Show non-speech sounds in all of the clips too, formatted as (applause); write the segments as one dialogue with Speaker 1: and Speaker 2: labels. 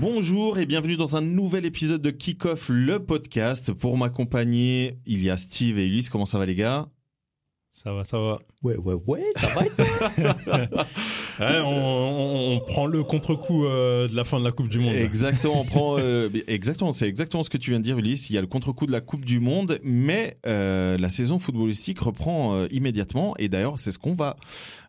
Speaker 1: Bonjour et bienvenue dans un nouvel épisode de Kickoff, le podcast. Pour m'accompagner, il y a Steve et Ulysse. Comment ça va les gars
Speaker 2: Ça va, ça va.
Speaker 3: Ouais, ouais, ouais, ça va.
Speaker 2: Ouais, Hein, on, on- on prend le contre-coup euh, de la fin de la Coupe du Monde.
Speaker 1: Exactement, on prend, euh, exactement, c'est exactement ce que tu viens de dire Ulysse. Il y a le contre-coup de la Coupe du Monde, mais euh, la saison footballistique reprend euh, immédiatement. Et d'ailleurs, c'est ce qu'on va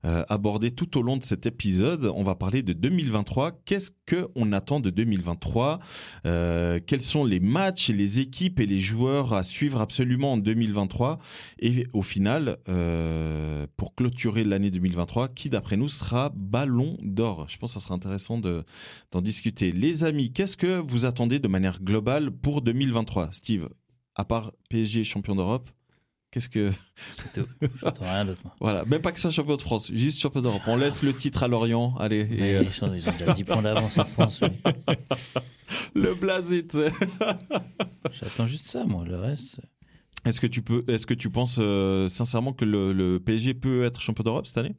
Speaker 1: euh, aborder tout au long de cet épisode. On va parler de 2023. Qu'est-ce que on attend de 2023 Euh, Quels sont les matchs, les équipes et les joueurs à suivre absolument en 2023 Et au final, euh, pour clôturer l'année 2023, qui d'après nous sera Ballon d'Or Je pense que ça sera intéressant de d'en discuter. Les amis, qu'est-ce que vous attendez de manière globale pour 2023 Steve, à part PSG champion d'Europe, qu'est-ce que... (laughs)
Speaker 4: C'est tout. J'entends rien d'autre. moi.
Speaker 1: Voilà, même pas que ça champion de France, juste champion d'Europe. On laisse le titre à Lorient, allez. et,
Speaker 4: Mais
Speaker 1: euh,
Speaker 4: Ils, sont, ils ont déjà 10 points d'avance en France. oui.
Speaker 1: le blasé. tu sais.
Speaker 4: J'attends juste ça, moi. Le reste.
Speaker 1: (laughs) Est-ce que tu peux, est-ce que tu penses euh, sincèrement que le, le PSG peut être champion d'Europe cette année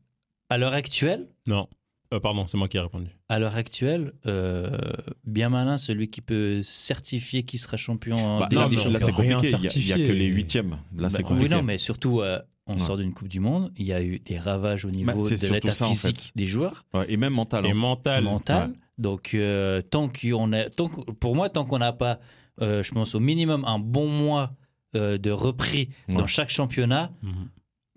Speaker 4: À l'heure actuelle,
Speaker 2: Non. Euh, pardon, c'est moi qui ai répondu.
Speaker 4: à l'heure actuelle, euh, bien malin celui qui peut certifier qui sera champion en
Speaker 1: Bah,
Speaker 4: Ligue
Speaker 1: Là,
Speaker 4: des
Speaker 2: mais
Speaker 1: c'est
Speaker 2: on
Speaker 1: là,
Speaker 4: Champions.
Speaker 1: c'est
Speaker 2: peut rien
Speaker 1: compliqué. Il y a- Il y a, que
Speaker 2: certifier.
Speaker 1: les huitièmes. Là, c'est
Speaker 2: Bah,
Speaker 4: Oui,
Speaker 1: compliqué.
Speaker 4: non, mais surtout, euh, on
Speaker 1: Ouais.
Speaker 4: sort d'une Coupe du Monde. Il y a eu des ravages au niveau
Speaker 1: Bah, c'est
Speaker 4: de
Speaker 1: surtout
Speaker 4: l'état
Speaker 1: ça, en
Speaker 4: physique des joueurs,
Speaker 1: Ouais, et même mental.
Speaker 2: Et
Speaker 1: hein.
Speaker 2: mental.
Speaker 4: mental. Donc, euh, tant qu'on a, tant que- pour moi, tant qu'on n'a pas, euh, je pense au minimum un bon mois euh, de repris
Speaker 1: Ouais.
Speaker 4: dans chaque championnat,
Speaker 2: Mhm.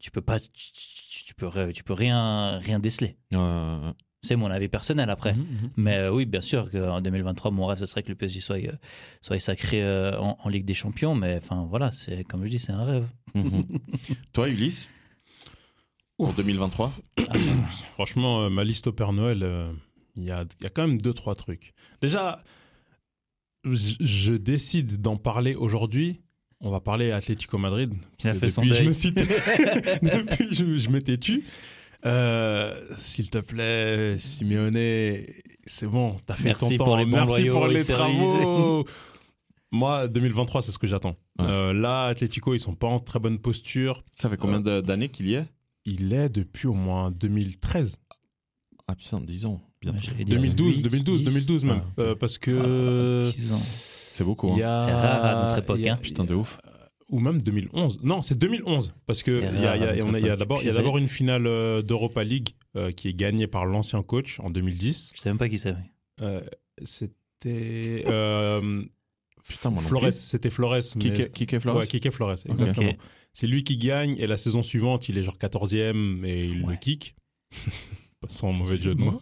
Speaker 4: tu peux pas, tu, tu- tu peux, ré- tu peux rien, rien déceler.
Speaker 1: Euh, (laughs)
Speaker 4: C'est mon avis personnel après.
Speaker 2: Mhm, mhm.
Speaker 4: Mais euh, oui, bien sûr qu'en 2023, mon rêve, ce serait que le PSG soit, euh, soit sacré euh, en, en Ligue des Champions. Mais enfin, voilà, c'est comme je dis, c'est un rêve.
Speaker 1: mhm. Toi, Ulysse, pour 2023
Speaker 2: Franchement, euh, ma liste au Père Noël, euh, il y, a, il y a quand même deux, trois trucs. Déjà, je, je décide d'en parler aujourd'hui. On va parler Atlético Madrid. parce
Speaker 4: Il a
Speaker 2: que
Speaker 4: fait son
Speaker 2: depuis, je
Speaker 4: deuil.
Speaker 2: me
Speaker 4: (laughs)
Speaker 2: suis (laughs) depuis, je, je m'étais tu. Euh, S'il te plaît, Simeone, c'est bon, t'as fait
Speaker 4: Merci
Speaker 2: ton
Speaker 4: pour
Speaker 2: temps.
Speaker 4: les bons
Speaker 2: Merci
Speaker 4: loyaux
Speaker 2: pour les
Speaker 4: et services.
Speaker 2: travaux.
Speaker 4: (laughs)
Speaker 2: Moi, 2023, c'est ce que j'attends.
Speaker 1: Ouais.
Speaker 2: Euh, là, Atlético, ils sont pas en très bonne posture.
Speaker 1: Ça fait combien de- euh, d'années qu'il y est
Speaker 2: Il est depuis au moins 2013.
Speaker 1: Ah putain, 10 ans.
Speaker 4: Ouais, j'allais dire
Speaker 2: 2012,
Speaker 4: 8,
Speaker 2: 2012,
Speaker 4: 10.
Speaker 2: 2012 même.
Speaker 1: Ah, ok.
Speaker 2: Euh, parce
Speaker 4: Ah,
Speaker 2: que.
Speaker 4: 10 ans.
Speaker 1: C'est beaucoup. hein.
Speaker 2: il y a-
Speaker 4: C'est rare à notre époque,
Speaker 2: il y a-
Speaker 4: hein.
Speaker 1: Putain de ouf.
Speaker 2: Ou même 2011. Non, c'est 2011. Parce que
Speaker 4: C'est
Speaker 2: il y a-
Speaker 4: rare
Speaker 2: il y a-
Speaker 4: à notre
Speaker 2: on a- il y a
Speaker 4: époque,
Speaker 2: d'abord il y a
Speaker 4: purée.
Speaker 2: d'abord une finale euh, d'Europa League euh, qui est gagnée par l'ancien coach en 2010.
Speaker 4: Je sais même pas qui c'est. oui.
Speaker 2: Euh, C'était. euh,
Speaker 1: Putain, moi non
Speaker 2: Flores,
Speaker 1: plus.
Speaker 2: c'était Flores. mais-
Speaker 1: Kike, Kike Flores
Speaker 2: Ouais, Kike Flores, exactement. C'est lui qui gagne et la saison suivante, il est genre 14e et il le
Speaker 4: Ouais.
Speaker 2: kick. (laughs) Sans mauvais jeu de mots.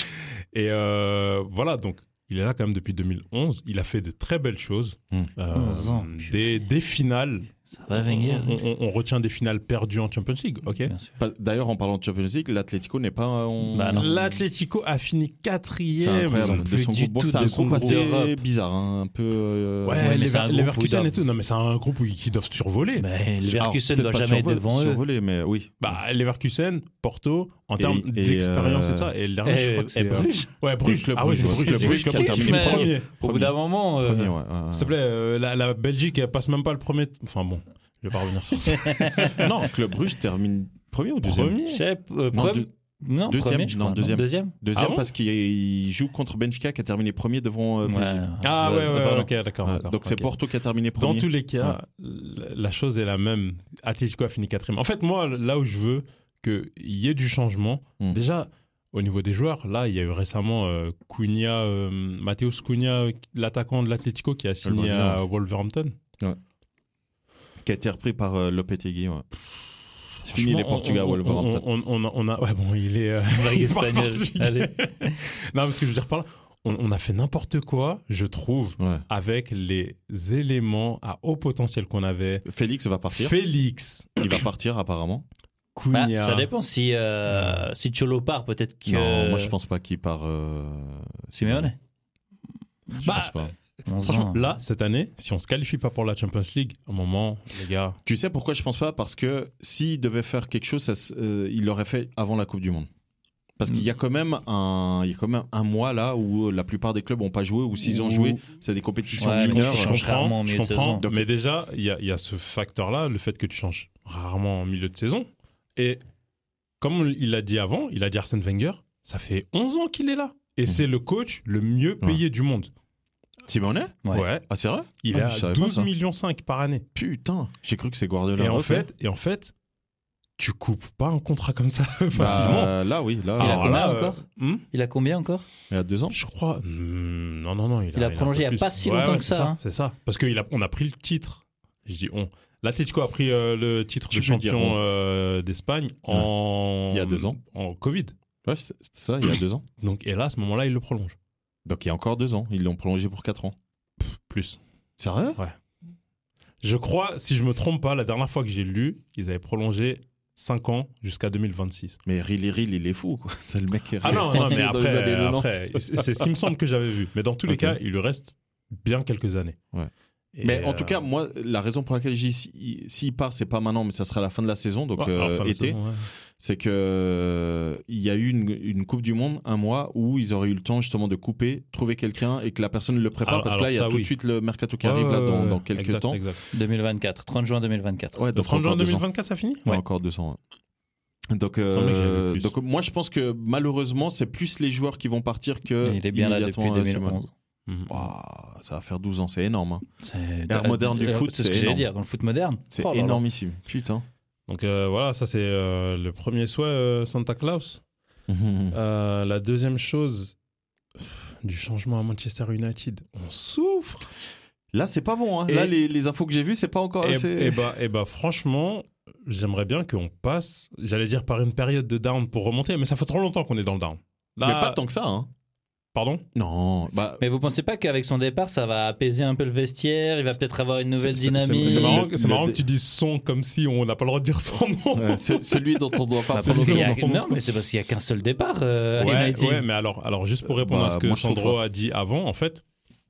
Speaker 2: (laughs) Et euh, voilà, donc il est là quand même depuis 2011. Il a fait de très belles choses.
Speaker 1: Hmm.
Speaker 2: Euh,
Speaker 4: 11 ans,
Speaker 2: des,
Speaker 4: Oh, purée.
Speaker 2: des finales.
Speaker 4: Ça va, Wenger.
Speaker 2: On, on- on retient des finales perdues en Champions League, ok
Speaker 4: Bien sûr.
Speaker 1: Pas- D'ailleurs, en parlant de Champions League, l'Atlético n'est pas. en-
Speaker 4: Bah non.
Speaker 2: L'Atlético a fini
Speaker 1: C'est
Speaker 2: quatrième.
Speaker 1: incroyable.
Speaker 2: Ils ont
Speaker 1: De
Speaker 2: plus
Speaker 1: son
Speaker 2: du
Speaker 1: groupe, bon,
Speaker 2: tout
Speaker 1: c'était
Speaker 2: de
Speaker 1: un
Speaker 2: son
Speaker 1: groupe assez
Speaker 4: Europe.
Speaker 1: bizarre, hein, un peu. euh,
Speaker 2: Ouais,
Speaker 4: Ouais, mais
Speaker 2: les,
Speaker 4: c'est un groupe où
Speaker 2: Leverkusen
Speaker 4: ils
Speaker 2: et tout. Non, mais c'est un groupe où ils- qui doivent survoler.
Speaker 4: Mais
Speaker 1: alors,
Speaker 4: Leverkusen
Speaker 1: peut-être
Speaker 4: ne doit
Speaker 1: pas
Speaker 4: jamais être
Speaker 1: survol-
Speaker 4: devant eux.
Speaker 1: survolé, mais oui.
Speaker 2: Bah, Leverkusen, Porto, en
Speaker 1: Mm. Et-
Speaker 2: termes
Speaker 1: et,
Speaker 2: d'expérience
Speaker 1: euh,
Speaker 2: et tout ça. Et le dernier, je crois que
Speaker 4: Et, Eh, et
Speaker 2: c'est. euh,
Speaker 4: Bruges,
Speaker 2: Ouais, Bruges.
Speaker 1: Club
Speaker 2: Ah ouais,
Speaker 1: Bruges,
Speaker 2: c'est
Speaker 1: ouais.
Speaker 2: Bruges.
Speaker 1: Club
Speaker 2: Bruges qui a
Speaker 4: Bruges qui a
Speaker 2: terminé premier.
Speaker 4: terminé au bout d'un moment, euh,
Speaker 1: Premier, ouais, ouais,
Speaker 2: S'il te plaît, euh, la, la Belgique elle passe même pas le premier. t- Enfin bon, je vais pas revenir sur ça.
Speaker 1: ouais. non, Club Bruges termine premier ou deuxième
Speaker 2: premier
Speaker 4: je sais, euh,
Speaker 1: Non,
Speaker 4: prem-
Speaker 1: deux-
Speaker 4: non,
Speaker 1: deuxième,
Speaker 4: premier, je
Speaker 1: non,
Speaker 4: crois,
Speaker 1: deuxième.
Speaker 4: deuxième.
Speaker 1: Deuxième
Speaker 2: Ah bon
Speaker 1: parce qu'il il joue contre Benfica qui a terminé premier devant euh,
Speaker 4: Ouais,
Speaker 1: PSG.
Speaker 2: Ah
Speaker 4: euh,
Speaker 2: ouais, ouais,
Speaker 4: pardon.
Speaker 2: ok, d'accord.
Speaker 1: Ouais,
Speaker 2: d'accord,
Speaker 1: donc c'est
Speaker 2: ok.
Speaker 1: Porto qui a terminé
Speaker 2: Dans
Speaker 1: premier.
Speaker 2: tous les cas, la la chose est la même. Atletico a fini quatrième. En fait, moi, là où je veux qu'il y ait du changement,
Speaker 1: Mm.
Speaker 2: déjà, au niveau des joueurs, là, il y a eu récemment euh, Cunha, euh, Mateus Cunha, euh, l'attaquant de l'Atletico qui a signé
Speaker 1: Brésilien.
Speaker 2: à Wolverhampton.
Speaker 1: Qui a été repris par euh, Lopetegui. ouais. C'est fini les
Speaker 2: Franchement,
Speaker 1: Portugais à
Speaker 2: on- on-
Speaker 1: Wolverhampton.
Speaker 2: On, on- on a, on a- ouais, bon, il est. euh, (laughs)
Speaker 4: Vague
Speaker 2: il
Speaker 1: (laughs)
Speaker 2: est pas
Speaker 4: espagnole.
Speaker 2: portugais.
Speaker 4: Allez.
Speaker 2: Non, parce que je veux dire par là, on, on a fait n'importe quoi, je trouve,
Speaker 1: Ouais.
Speaker 2: avec les éléments à haut potentiel qu'on avait.
Speaker 1: Félix va partir.
Speaker 2: Félix,
Speaker 1: Il va partir
Speaker 2: (coughs)
Speaker 1: apparemment.
Speaker 2: Cunha.
Speaker 4: Bah, ça dépend si, euh, si Cholo part, peut-être que.
Speaker 2: Euh,
Speaker 1: Non, moi je pense pas qu'il part. euh,
Speaker 4: Simeone
Speaker 1: Je
Speaker 2: Bah,
Speaker 1: pense pas.
Speaker 2: Franchement, là,
Speaker 4: hein.
Speaker 2: cette année, si on se qualifie pas pour la Champions League, un moment, les gars.
Speaker 1: Tu sais pourquoi je pense pas Parce que s'il devait faire quelque chose, ça se- euh, il l'aurait fait avant la Coupe du Monde. Parce qu'il y a
Speaker 2: Mm.
Speaker 1: quand même un, il y a quand même un mois là où la plupart des clubs n'ont pas joué ou s'ils ont
Speaker 2: Ou-
Speaker 1: joué, c'est des compétitions
Speaker 4: Ouais, je
Speaker 1: mineures.
Speaker 4: comprends. changes euh, rarement au
Speaker 2: je
Speaker 4: milieu de
Speaker 2: comprends.
Speaker 1: saison.
Speaker 2: Mais déjà, il y, a- il y a ce facteur-là, le fait que tu changes rarement en milieu de saison. Et comme il l'a dit avant, il a dit Arsène Wenger, ça fait 11 ans qu'il est là. Et
Speaker 4: Mmh.
Speaker 2: c'est le coach le mieux payé du monde.
Speaker 1: Timonnet
Speaker 4: Ouais.
Speaker 1: Ah, c'est vrai
Speaker 2: Il
Speaker 1: Ah,
Speaker 2: a
Speaker 1: je savais pas
Speaker 2: 12
Speaker 1: ça. Eh ben,
Speaker 2: millions 5 par année.
Speaker 1: Putain, j'ai cru que c'est Guardiola.
Speaker 2: Et en,
Speaker 1: Europe,
Speaker 2: fait, et en fait, tu coupes pas un contrat comme ça (laughs)
Speaker 1: hein.
Speaker 2: facilement. Ah,
Speaker 1: Bah, là, oui, là.
Speaker 4: Il a
Speaker 2: Alors
Speaker 4: combien
Speaker 2: là,
Speaker 4: encore
Speaker 2: hmm
Speaker 4: Il a combien encore
Speaker 1: Il y a deux ans
Speaker 2: Je crois. Hmm, non, non, non. Il a,
Speaker 4: Il a prolongé
Speaker 2: un peu
Speaker 4: il y a pas
Speaker 2: plus.
Speaker 4: si longtemps que
Speaker 2: c'est
Speaker 4: ça, hein.
Speaker 2: C'est ça. Parce qu'on a, pris le titre. Je dis on. L'Atletico a pris euh, le titre
Speaker 1: Tu
Speaker 2: de
Speaker 1: peux dire
Speaker 2: champion
Speaker 1: on. Ah.
Speaker 2: euh, d'Espagne en.
Speaker 1: Il y a deux ans.
Speaker 2: En Covid.
Speaker 1: Ouais, c'est c'est ça, il y a deux ans.
Speaker 2: Donc, et là, à ce moment-là, il le prolonge.
Speaker 1: Donc il y a encore deux ans. Ils l'ont prolongé pour quatre ans.
Speaker 2: Plus.
Speaker 1: Sérieux
Speaker 2: Je crois, si je me trompe pas, la dernière fois que j'ai lu, ils avaient prolongé 5 ans jusqu'à 2026.
Speaker 1: Mais Rilly Rill, il est fou, quoi. (laughs) C'est le mec qui est
Speaker 2: Ah non, non,
Speaker 1: resté
Speaker 2: mais
Speaker 1: dans les années
Speaker 2: après,
Speaker 1: 90.
Speaker 2: après, c'est c'est ce qui me semble que j'avais vu. Mais dans tous les
Speaker 1: Ok.
Speaker 2: cas, il lui reste bien quelques années.
Speaker 1: Ouais.
Speaker 2: Et,
Speaker 1: Mais en tout
Speaker 2: euh,
Speaker 1: cas, moi, la raison pour laquelle j'y si- s'il part, c'est pas maintenant, mais ça sera à la fin de la saison, donc
Speaker 2: ouais,
Speaker 1: euh,
Speaker 2: alors, fin de
Speaker 1: été.
Speaker 2: saison, ouais.
Speaker 1: C'est que euh, il y a eu une, une Coupe du Monde un mois où ils auraient eu le temps justement de couper, trouver quelqu'un et que la personne le prépare
Speaker 2: Alors-
Speaker 1: parce que là,
Speaker 2: alors
Speaker 1: il y a
Speaker 2: ça,
Speaker 1: tout
Speaker 2: oui.
Speaker 1: de suite le mercato qui arrive là
Speaker 2: Ouais,
Speaker 1: dans,
Speaker 2: ouais,
Speaker 1: dans
Speaker 2: ouais.
Speaker 1: quelques
Speaker 2: Exact,
Speaker 1: temps.
Speaker 2: exact.
Speaker 4: 2024, 30 juin 2024.
Speaker 1: Ouais,
Speaker 2: Le
Speaker 1: donc
Speaker 2: 30 juin
Speaker 1: encore deux ans.
Speaker 2: 2024, ça finit
Speaker 1: Ouais,
Speaker 4: Ouais.
Speaker 1: Encore 200. ouais. Donc, euh,
Speaker 2: semblait que j'avais plus.
Speaker 1: donc moi je pense que malheureusement c'est plus les joueurs qui vont partir que
Speaker 4: Mais il est bien là depuis
Speaker 1: immédiatement, euh, Simon.
Speaker 4: 2011.
Speaker 2: Mhm.
Speaker 1: Waouh, ça va faire 12 ans, c'est énorme. hein.
Speaker 4: C'est
Speaker 1: L'ère moderne du
Speaker 4: Euh,
Speaker 1: foot,
Speaker 4: c'est
Speaker 1: c'est
Speaker 4: ce que j'allais
Speaker 1: énorme.
Speaker 4: dire. Dans le foot moderne,
Speaker 1: C'est
Speaker 4: Oh là là.
Speaker 1: énormissime.
Speaker 4: (laughs)
Speaker 1: Putain.
Speaker 2: Donc euh, voilà, ça c'est euh, le premier souhait euh, Santa Claus. Euh, la deuxième chose, pff, du changement à Manchester United. On souffre.
Speaker 1: Là c'est pas bon. hein.
Speaker 2: Et-
Speaker 1: Là les, les infos que j'ai vues Ah, c'est pas encore
Speaker 2: et,
Speaker 1: assez.
Speaker 2: et bah, et bah franchement, j'aimerais bien qu'on passe, j'allais dire par une période de down pour remonter, mais ça fait trop longtemps qu'on est dans le down. Là,
Speaker 1: Mais pas tant que ça. Hein.
Speaker 2: Pardon
Speaker 1: Non. Bah,
Speaker 4: Mais vous pensez pas qu'avec son départ, ça va apaiser un peu le vestiaire Il va peut-être avoir une nouvelle
Speaker 1: c'est- c'est-
Speaker 4: dynamique
Speaker 2: C'est marrant,
Speaker 1: Le-
Speaker 2: c'est marrant
Speaker 1: le-
Speaker 2: que tu dises son comme si on n'a pas le droit de dire son nom.
Speaker 1: euh, ce- celui dont on (laughs) doit
Speaker 4: Bah,
Speaker 1: pas
Speaker 2: c'est
Speaker 4: parce
Speaker 2: le-
Speaker 4: qu'il y a-
Speaker 2: le- le-
Speaker 4: Non, mais c'est parce qu'il y a qu'un seul départ euh, à
Speaker 2: ouais,
Speaker 4: United.
Speaker 2: ouais, mais alors, alors juste pour répondre
Speaker 1: Bah,
Speaker 2: à ce que
Speaker 1: moi, je trouve
Speaker 2: Sandro a dit avant, en fait,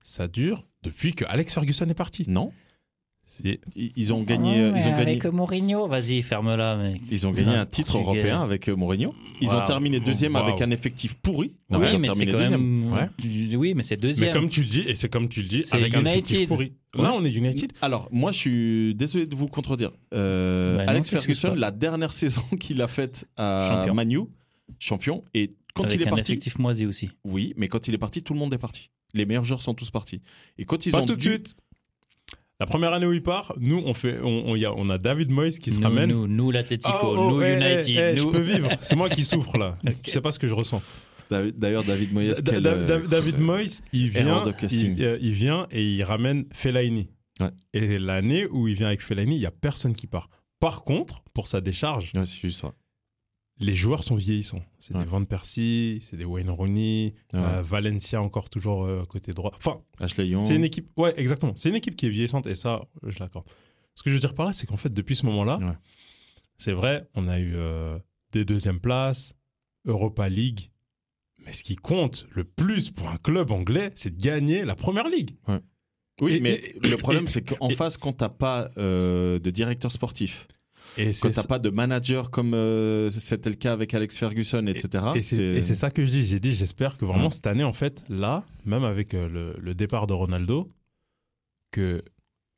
Speaker 2: ça dure depuis que Alex Ferguson est parti.
Speaker 1: Non.
Speaker 2: C'est
Speaker 1: Ils ils ont gagné.
Speaker 4: Ah Oh,
Speaker 1: euh,
Speaker 4: Ouais,
Speaker 1: ils ont gagné.
Speaker 4: avec euh, Mourinho, vas-y, ferme-la, mec.
Speaker 1: Ils ont gagné
Speaker 4: C'est un
Speaker 1: un titre
Speaker 4: Portugais.
Speaker 1: européen avec euh, Mourinho. Ils
Speaker 2: Waouh.
Speaker 1: ont terminé deuxième
Speaker 2: Waouh.
Speaker 1: avec un effectif pourri.
Speaker 2: Non,
Speaker 1: ils
Speaker 4: oui,
Speaker 1: ont
Speaker 4: mais c'est
Speaker 1: terminé
Speaker 4: quand
Speaker 1: deuxième.
Speaker 4: même.
Speaker 2: Ouais.
Speaker 4: du- Oui, mais c'est
Speaker 2: mais
Speaker 4: deuxième.
Speaker 2: comme tu le dis et c'est comme tu le dis
Speaker 4: C'est
Speaker 2: avec un effectif
Speaker 4: United.
Speaker 2: pourri.
Speaker 1: Ouais.
Speaker 2: Là, on est United.
Speaker 1: Alors, moi, je suis désolé de vous contredire. Euh,
Speaker 4: Bah non,
Speaker 1: Alex
Speaker 4: tu t'excuses
Speaker 1: Ferguson,
Speaker 4: pas.
Speaker 1: la dernière (laughs) saison qu'il a faite à
Speaker 4: Champion.
Speaker 1: Manu, champion, et quand
Speaker 4: avec
Speaker 1: il est
Speaker 4: un
Speaker 1: parti,
Speaker 4: effectif moisi aussi.
Speaker 1: oui, mais quand il est parti, tout le monde est parti. Les meilleurs joueurs sont tous partis. Et quand ils
Speaker 2: pas
Speaker 1: ont
Speaker 2: tout de
Speaker 1: dû-
Speaker 2: suite. La première année où il part, nous, on fait, on, on y a, on a David Moyes qui se
Speaker 4: nous,
Speaker 2: ramène.
Speaker 4: nous, nous, l'Atlético,
Speaker 2: Oh, oh,
Speaker 4: nous,
Speaker 1: eh,
Speaker 2: hey,
Speaker 4: United.
Speaker 2: hey, hey,
Speaker 4: nous...
Speaker 2: Je peux vivre. C'est moi
Speaker 4: (laughs)
Speaker 2: qui souffre là. Tu sais pas ce que je ressens.
Speaker 1: David- D'ailleurs, David Moyes,
Speaker 2: Da-
Speaker 1: quel,
Speaker 2: Da-
Speaker 1: euh,
Speaker 2: Da- David Moyes, il
Speaker 1: erreur
Speaker 2: vient,
Speaker 1: de casting.
Speaker 2: il, euh, il vient et il ramène Fellaini.
Speaker 1: Ouais.
Speaker 2: Et l'année où il vient avec Fellaini, il y a personne qui part. Par contre, pour sa décharge,
Speaker 1: Ouais, c'est juste ça.
Speaker 2: les joueurs sont vieillissants. C'est
Speaker 1: Ouais.
Speaker 2: des Van Persie, c'est des Wayne Rooney,
Speaker 1: Ouais.
Speaker 2: euh, Valencia encore toujours euh, côté droit. Enfin,
Speaker 1: Ashley Young.
Speaker 2: c'est une équipe. Ouais, exactement. C'est une équipe qui est vieillissante et ça, je l'accorde. Ce que je veux dire par là, c'est qu'en fait, depuis ce moment-là,
Speaker 1: Ouais.
Speaker 2: c'est vrai, on a eu euh, des deuxièmes places, Europa League. Mais ce qui compte le plus pour un club anglais, c'est de gagner la première ligue.
Speaker 1: Oui,
Speaker 2: Et-
Speaker 1: mais
Speaker 2: et-
Speaker 1: le problème,
Speaker 2: et-
Speaker 1: c'est qu'en
Speaker 2: et-
Speaker 1: face, quand t'as pas euh, de directeur sportif,
Speaker 2: Et
Speaker 1: quand
Speaker 2: c'est
Speaker 1: t'as pas de manager comme euh, c'était le cas avec Alex Ferguson, etc.
Speaker 2: et c'est- et c'est ça que je dis. J'ai dit, j'espère que
Speaker 1: Mm.
Speaker 2: vraiment cette année, en fait, là, même avec euh, le, le départ de Ronaldo, que.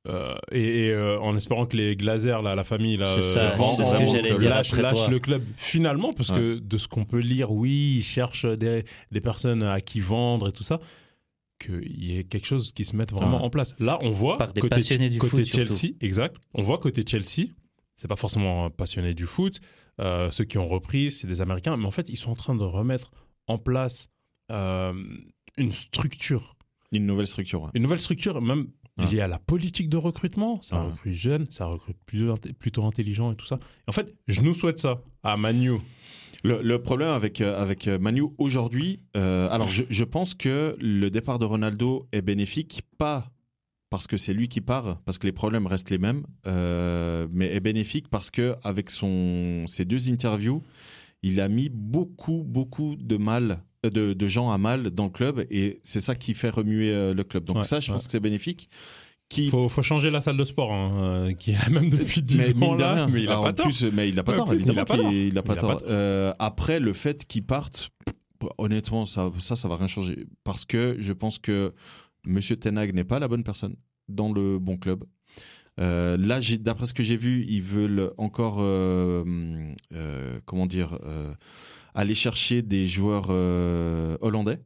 Speaker 2: euh, et et, euh, en espérant que les Glazers, là, la famille, là, euh,
Speaker 4: C'est ça,
Speaker 1: c'est ce que j'allais dire
Speaker 2: lâche,
Speaker 4: après toi.
Speaker 2: le club finalement, parce que de ce qu'on peut lire, oui, ils cherchent des, des personnes à qui vendre et tout ça, qu'il y ait quelque chose qui se mette vraiment
Speaker 1: Ouais.
Speaker 2: en place. Là, on voit
Speaker 4: Par des
Speaker 2: côté,
Speaker 4: passionnés du
Speaker 2: côté
Speaker 4: foot,
Speaker 2: Chelsea,
Speaker 4: surtout.
Speaker 2: exact. On voit côté Chelsea, c'est pas forcément euh, passionné du foot, euh, ceux qui ont repris, c'est des Américains. Mais en fait, ils sont en train de remettre en place euh, une structure,
Speaker 1: Une nouvelle structure. ouais.
Speaker 2: une nouvelle structure, même
Speaker 1: Ouais.
Speaker 2: liée à la politique de recrutement. Ça
Speaker 1: Ouais.
Speaker 2: recrute jeune, ça recrute plus int- plutôt intelligent et tout ça. Et en fait, je nous souhaite ça à Manu.
Speaker 1: Le, le problème avec, euh, avec euh, Manu aujourd'hui, euh, alors je, je pense que le départ de Ronaldo est bénéfique, pas parce que c'est lui qui part, parce que les problèmes restent les mêmes, euh, mais est bénéfique parce que avec son, ses deux interviews, il a mis beaucoup, beaucoup de mal. euh, De, de gens à mal dans le club et c'est ça qui fait remuer euh, le club. Donc
Speaker 2: Ouais,
Speaker 1: ça, je pense
Speaker 2: ouais.
Speaker 1: que c'est bénéfique. Qui
Speaker 2: Faut, faut changer la salle de sport, hein, euh, qui est la même depuis 10
Speaker 1: mine
Speaker 2: ans
Speaker 1: de
Speaker 2: là,
Speaker 1: rien.
Speaker 2: mais il a
Speaker 1: Alors,
Speaker 2: pas
Speaker 1: Ah, en
Speaker 2: tort.
Speaker 1: plus, mais il a pas
Speaker 2: Ouais, en
Speaker 1: tort.
Speaker 2: plus, il a
Speaker 1: évidemment
Speaker 2: pas
Speaker 1: qu'il-
Speaker 2: tort.
Speaker 1: il a pas
Speaker 2: Il a
Speaker 1: tort.
Speaker 2: pas tort.
Speaker 1: Euh, après, le fait qu'il parte, honnêtement, ça, ça, ça va rien changer. Parce que je pense que Monsieur Tenag n'est pas la bonne personne dans le bon club. Euh, là, j'ai- d'après ce que j'ai vu, ils veulent encore, euh, euh, comment dire, euh, aller chercher des joueurs euh, hollandais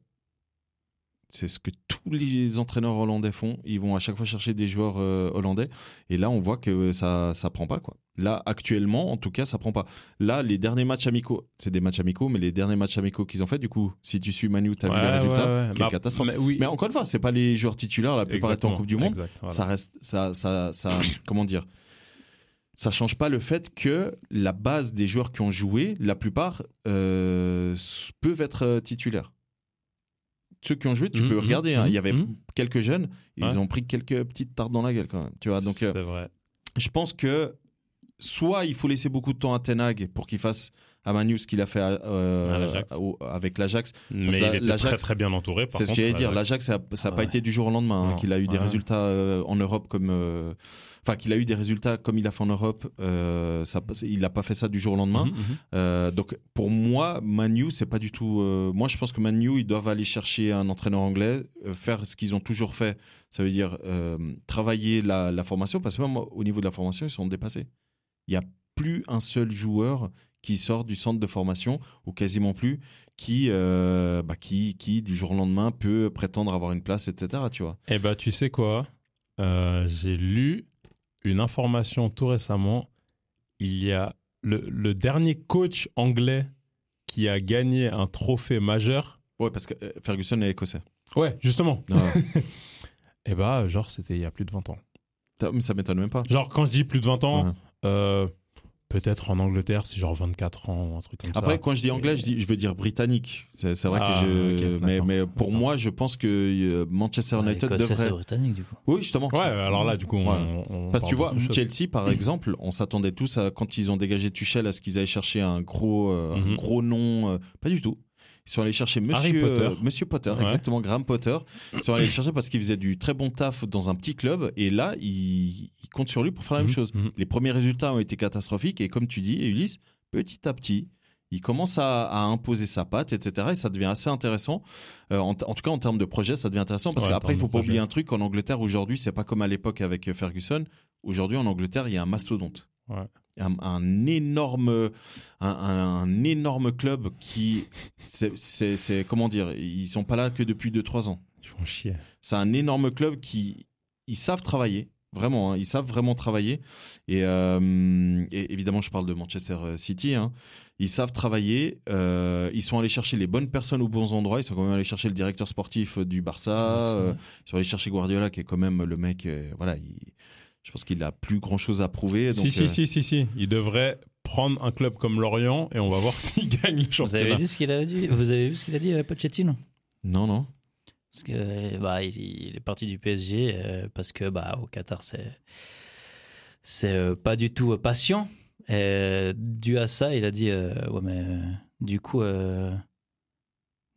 Speaker 1: C'est ce que tous les entraîneurs hollandais font. Ils vont à chaque fois chercher des joueurs euh, hollandais. Et là, on voit que ça ça prend pas. quoi. Là, actuellement, en tout cas, ça prend pas. Là, les derniers matchs amicaux, c'est des matchs amicaux, mais les derniers matchs amicaux qu'ils ont fait, du coup, si tu suis Manu, tu as vu les résultats. Quelle catastrophe.
Speaker 2: Mais, oui,
Speaker 1: Mais encore une fois, c'est pas les joueurs titulaires la plupart du temps en
Speaker 2: Bah, exactement,
Speaker 1: Coupe du Monde.
Speaker 2: exact, voilà.
Speaker 1: Ça reste, ça, ça, ça, (clears throat) comment dire Ça change pas le fait que la base des joueurs qui ont joué, la plupart euh, s- peuvent être euh, titulaires. Ceux qui ont joué, tu
Speaker 2: Mhm,
Speaker 1: peux
Speaker 2: mhm,
Speaker 1: regarder. hein, Il y
Speaker 2: mhm,
Speaker 1: avait
Speaker 2: mhm.
Speaker 1: quelques jeunes, ils
Speaker 2: Ouais.
Speaker 1: ont pris quelques petites tartes dans la gueule quand même. Tu vois, donc euh,
Speaker 2: c'est vrai.
Speaker 1: je pense que soit il faut laisser beaucoup de temps à Tenag pour qu'il fasse à Manu ce qu'il a fait à, euh,
Speaker 2: À l'Ajax.
Speaker 1: au- avec l'Ajax,
Speaker 2: Mais
Speaker 1: parce que
Speaker 2: il
Speaker 1: la-
Speaker 2: était
Speaker 1: l'Ajax-
Speaker 2: très très bien entouré. par
Speaker 1: c'est ce
Speaker 2: contre, euh,
Speaker 1: que j'allais dire.
Speaker 2: l'Ajax.
Speaker 1: L'Ajax, ça n'a
Speaker 4: Ah
Speaker 1: pas
Speaker 4: ouais.
Speaker 1: été du jour au lendemain hein,
Speaker 2: Non.
Speaker 1: qu'il a eu des
Speaker 2: Ouais.
Speaker 1: résultats euh, en Europe comme. euh, Enfin, qu'il a eu des résultats comme il a fait en Europe. euh, ça, il n'a pas fait ça du jour au lendemain.
Speaker 2: Mhm, mhm.
Speaker 1: Euh, donc, pour moi, Manu, c'est pas du tout. euh, moi, je pense que Manu, ils doivent aller chercher un entraîneur anglais, euh, faire ce qu'ils ont toujours fait. Ça veut dire euh, travailler la, la formation, parce que même au niveau de la formation, ils sont dépassés. Il n'y a plus un seul joueur qui sort du centre de formation, ou quasiment plus, qui, euh, bah, qui, qui du jour au lendemain peut prétendre avoir une place, etc. Tu vois.
Speaker 2: Eh ben, tu sais quoi Euh, J'ai lu une information tout récemment. Il y a le, le dernier coach anglais qui a gagné un trophée majeur.
Speaker 1: Ouais, parce que euh, Ferguson est écossais.
Speaker 2: Ouais, justement.
Speaker 1: Ouais.
Speaker 2: Eh ben, genre, c'était il y a plus de 20 ans.
Speaker 1: Putain, mais ça m'étonne même pas.
Speaker 2: Genre, quand je dis plus de 20 ans,
Speaker 1: Ouais.
Speaker 2: euh, peut-être en Angleterre, c'est genre 24 ans ou un truc comme
Speaker 1: Après,
Speaker 2: ça.
Speaker 1: quand je dis anglais, je, dis, je veux dire britannique. C'est c'est vrai
Speaker 2: Ah,
Speaker 1: que je.
Speaker 2: ok,
Speaker 1: mais,
Speaker 2: d'accord.
Speaker 1: mais pour
Speaker 2: D'accord.
Speaker 1: moi, je pense que euh,
Speaker 4: Ah,
Speaker 1: Manchester United
Speaker 4: Écossais,
Speaker 1: devrait.
Speaker 4: c'est britannique, du coup.
Speaker 1: Oui, justement.
Speaker 2: Ouais, alors là, du coup, on.
Speaker 1: Ouais.
Speaker 2: on- on
Speaker 1: Parce que tu vois,
Speaker 2: parle d'autre chose.
Speaker 1: Chelsea,
Speaker 2: (clears throat)
Speaker 1: par exemple, on s'attendait tous à, quand ils ont dégagé Tuchel, à ce qu'ils allaient chercher un gros, euh, un
Speaker 2: Mhm.
Speaker 1: gros nom. euh, pas du tout. Ils sont allés chercher
Speaker 2: Harry
Speaker 1: Monsieur
Speaker 2: Potter.
Speaker 1: euh, Monsieur Potter,
Speaker 2: Ouais.
Speaker 1: exactement, Graham Potter. Ils sont allés le chercher parce qu'il faisait du très bon taf dans un petit club. Et là, ils, ils comptent sur lui pour faire la même
Speaker 2: Mhm,
Speaker 1: chose.
Speaker 2: mhm.
Speaker 1: Les premiers résultats ont été catastrophiques et comme tu dis, Ulysse, petit à petit, il commence à, à imposer sa patte, etc. Et ça devient assez intéressant. Euh, en, t- en tout cas, en termes de projet, ça devient intéressant parce
Speaker 2: Ouais, en
Speaker 1: qu'après, il
Speaker 2: termes
Speaker 1: faut
Speaker 2: de
Speaker 1: pas
Speaker 2: projet.
Speaker 1: oublier un truc. En Angleterre, aujourd'hui, c'est pas comme à l'époque avec euh, Ferguson. Aujourd'hui, en Angleterre, il y a un mastodonte.
Speaker 2: Ouais.
Speaker 1: Un, un énorme, un, un- un énorme club qui, c'est- c'est c'est- comment dire, ils sont pas là que depuis 2-3 ans.
Speaker 2: Ils font chier.
Speaker 1: C'est un énorme club qui. Ils savent travailler, vraiment. hein, ils savent vraiment travailler. Et, euh, et évidemment, je parle de Manchester City. hein. Ils savent travailler. euh, ils sont allés chercher les bonnes personnes aux bons endroits. Ils sont quand même allés chercher le directeur sportif euh, du Barça.
Speaker 2: Ouais, Ah, c'est
Speaker 1: euh,
Speaker 2: vrai.
Speaker 1: ils sont allés chercher Guardiola, qui est quand même le mec. euh, voilà. il- je pense qu'il a plus grand chose à prouver. Donc,
Speaker 2: si, si,
Speaker 1: euh,
Speaker 2: si, si, si. Il devrait prendre un club comme Lorient et on va voir (laughs) s'il gagne le
Speaker 4: Vous avez
Speaker 1: bah.
Speaker 2: championnat.
Speaker 4: vu ce qu'il a dit Vous avez vu ce qu'il a dit, euh, Pochettino
Speaker 1: Non, non.
Speaker 4: Parce que bah, il, il est parti du PSG euh, parce que bah, au Qatar, c'est c'est euh, pas du tout euh, patient. Et euh, dû à ça, il a dit euh, ouais mais euh, du coup euh,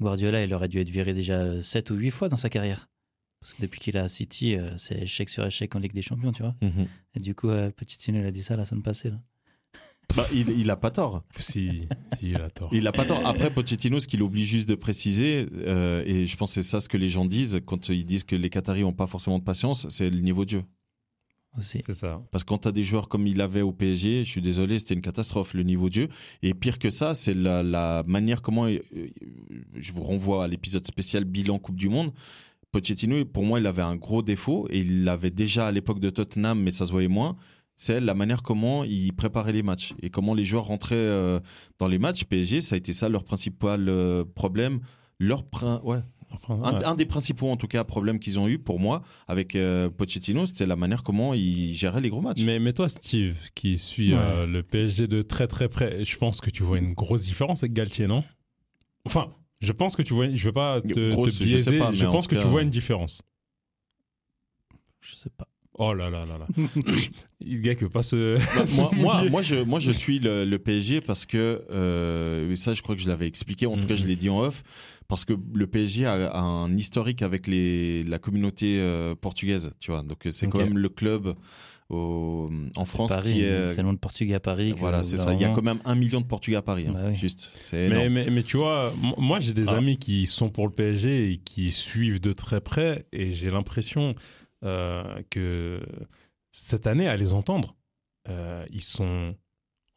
Speaker 4: Guardiola, il aurait dû être viré déjà 7 ou 8 fois dans sa carrière. Parce que depuis qu'il est à City, euh, c'est échec sur échec en Ligue des Champions, tu vois.
Speaker 1: Mhm.
Speaker 4: Et du coup, euh, Pochettino, il a dit ça la semaine passée. Là.
Speaker 1: Bah, il, il a pas tort.
Speaker 2: Si, si, il a tort.
Speaker 1: Il a pas tort. Après, Pochettino, ce qu'il oublie juste de préciser, euh, et je pense que c'est ça ce que les gens disent quand ils disent que les Qataris n'ont pas forcément de patience, c'est le niveau de jeu.
Speaker 4: Aussi.
Speaker 2: C'est ça.
Speaker 1: Parce que quand tu as des joueurs comme il avait au PSG, je suis désolé, c'était une catastrophe, le niveau de jeu. Et pire que ça, c'est la, la manière comment. euh, je vous renvoie à l'épisode spécial bilan Coupe du Monde. Pochettino, pour moi, il avait un gros défaut, et il l'avait déjà à l'époque de Tottenham, mais ça se voyait moins. C'est la manière comment il préparait les matchs et comment les joueurs rentraient euh, dans les matchs. PSG, ça a été ça leur principal euh, problème. Leur prin- ouais,
Speaker 2: Enfin,
Speaker 1: un,
Speaker 2: ouais.
Speaker 1: un des principaux, en tout cas, problèmes qu'ils ont eu pour moi avec euh, Pochettino, c'était la manière comment il gérait les gros matchs.
Speaker 2: Mais, mais toi, Steve, qui suit
Speaker 4: Ouais.
Speaker 2: euh, le PSG de très très près, je pense que tu vois une grosse différence avec Galtier, non Enfin, je pense que tu vois. Je veux pas te,
Speaker 1: Grosse,
Speaker 2: te
Speaker 1: je sais
Speaker 2: biaiser. Je,
Speaker 1: pas, mais en
Speaker 2: pense
Speaker 1: tout
Speaker 2: que tu
Speaker 1: cas,
Speaker 2: vois
Speaker 1: euh,
Speaker 2: une différence.
Speaker 4: Je sais pas.
Speaker 2: Oh là
Speaker 1: (laughs)
Speaker 2: là là là. Il gars que pas se.
Speaker 4: (laughs)
Speaker 1: Bah,
Speaker 2: (laughs) se
Speaker 1: moi, moi,
Speaker 2: mouiller.
Speaker 1: moi, je, moi, je suis le, le PSG parce que, euh, et ça, je crois que je l'avais expliqué, en tout cas, je
Speaker 4: Mhm.
Speaker 1: l'ai dit en off, parce que le PSG a, a un historique avec les, la communauté euh, portugaise, tu vois. Donc, euh, c'est quand
Speaker 4: Ok.
Speaker 1: même le club au- en France
Speaker 4: Paris,
Speaker 1: qui
Speaker 4: euh,
Speaker 1: est.
Speaker 4: c'est le nom de Portugais à Paris. que,
Speaker 1: Voilà,
Speaker 4: au
Speaker 1: c'est
Speaker 4: bout
Speaker 1: ça.
Speaker 4: d'un
Speaker 1: Il y a
Speaker 4: moment-
Speaker 1: quand même un million de Portugais à Paris, hein,
Speaker 4: Bah oui.
Speaker 1: juste. C'est
Speaker 2: Mais,
Speaker 1: énorme.
Speaker 2: mais, mais tu vois, m- moi j'ai des
Speaker 1: Ah.
Speaker 2: amis qui sont pour le PSG et qui suivent de très près et j'ai l'impression euh, que cette année, à les entendre, euh, ils sont.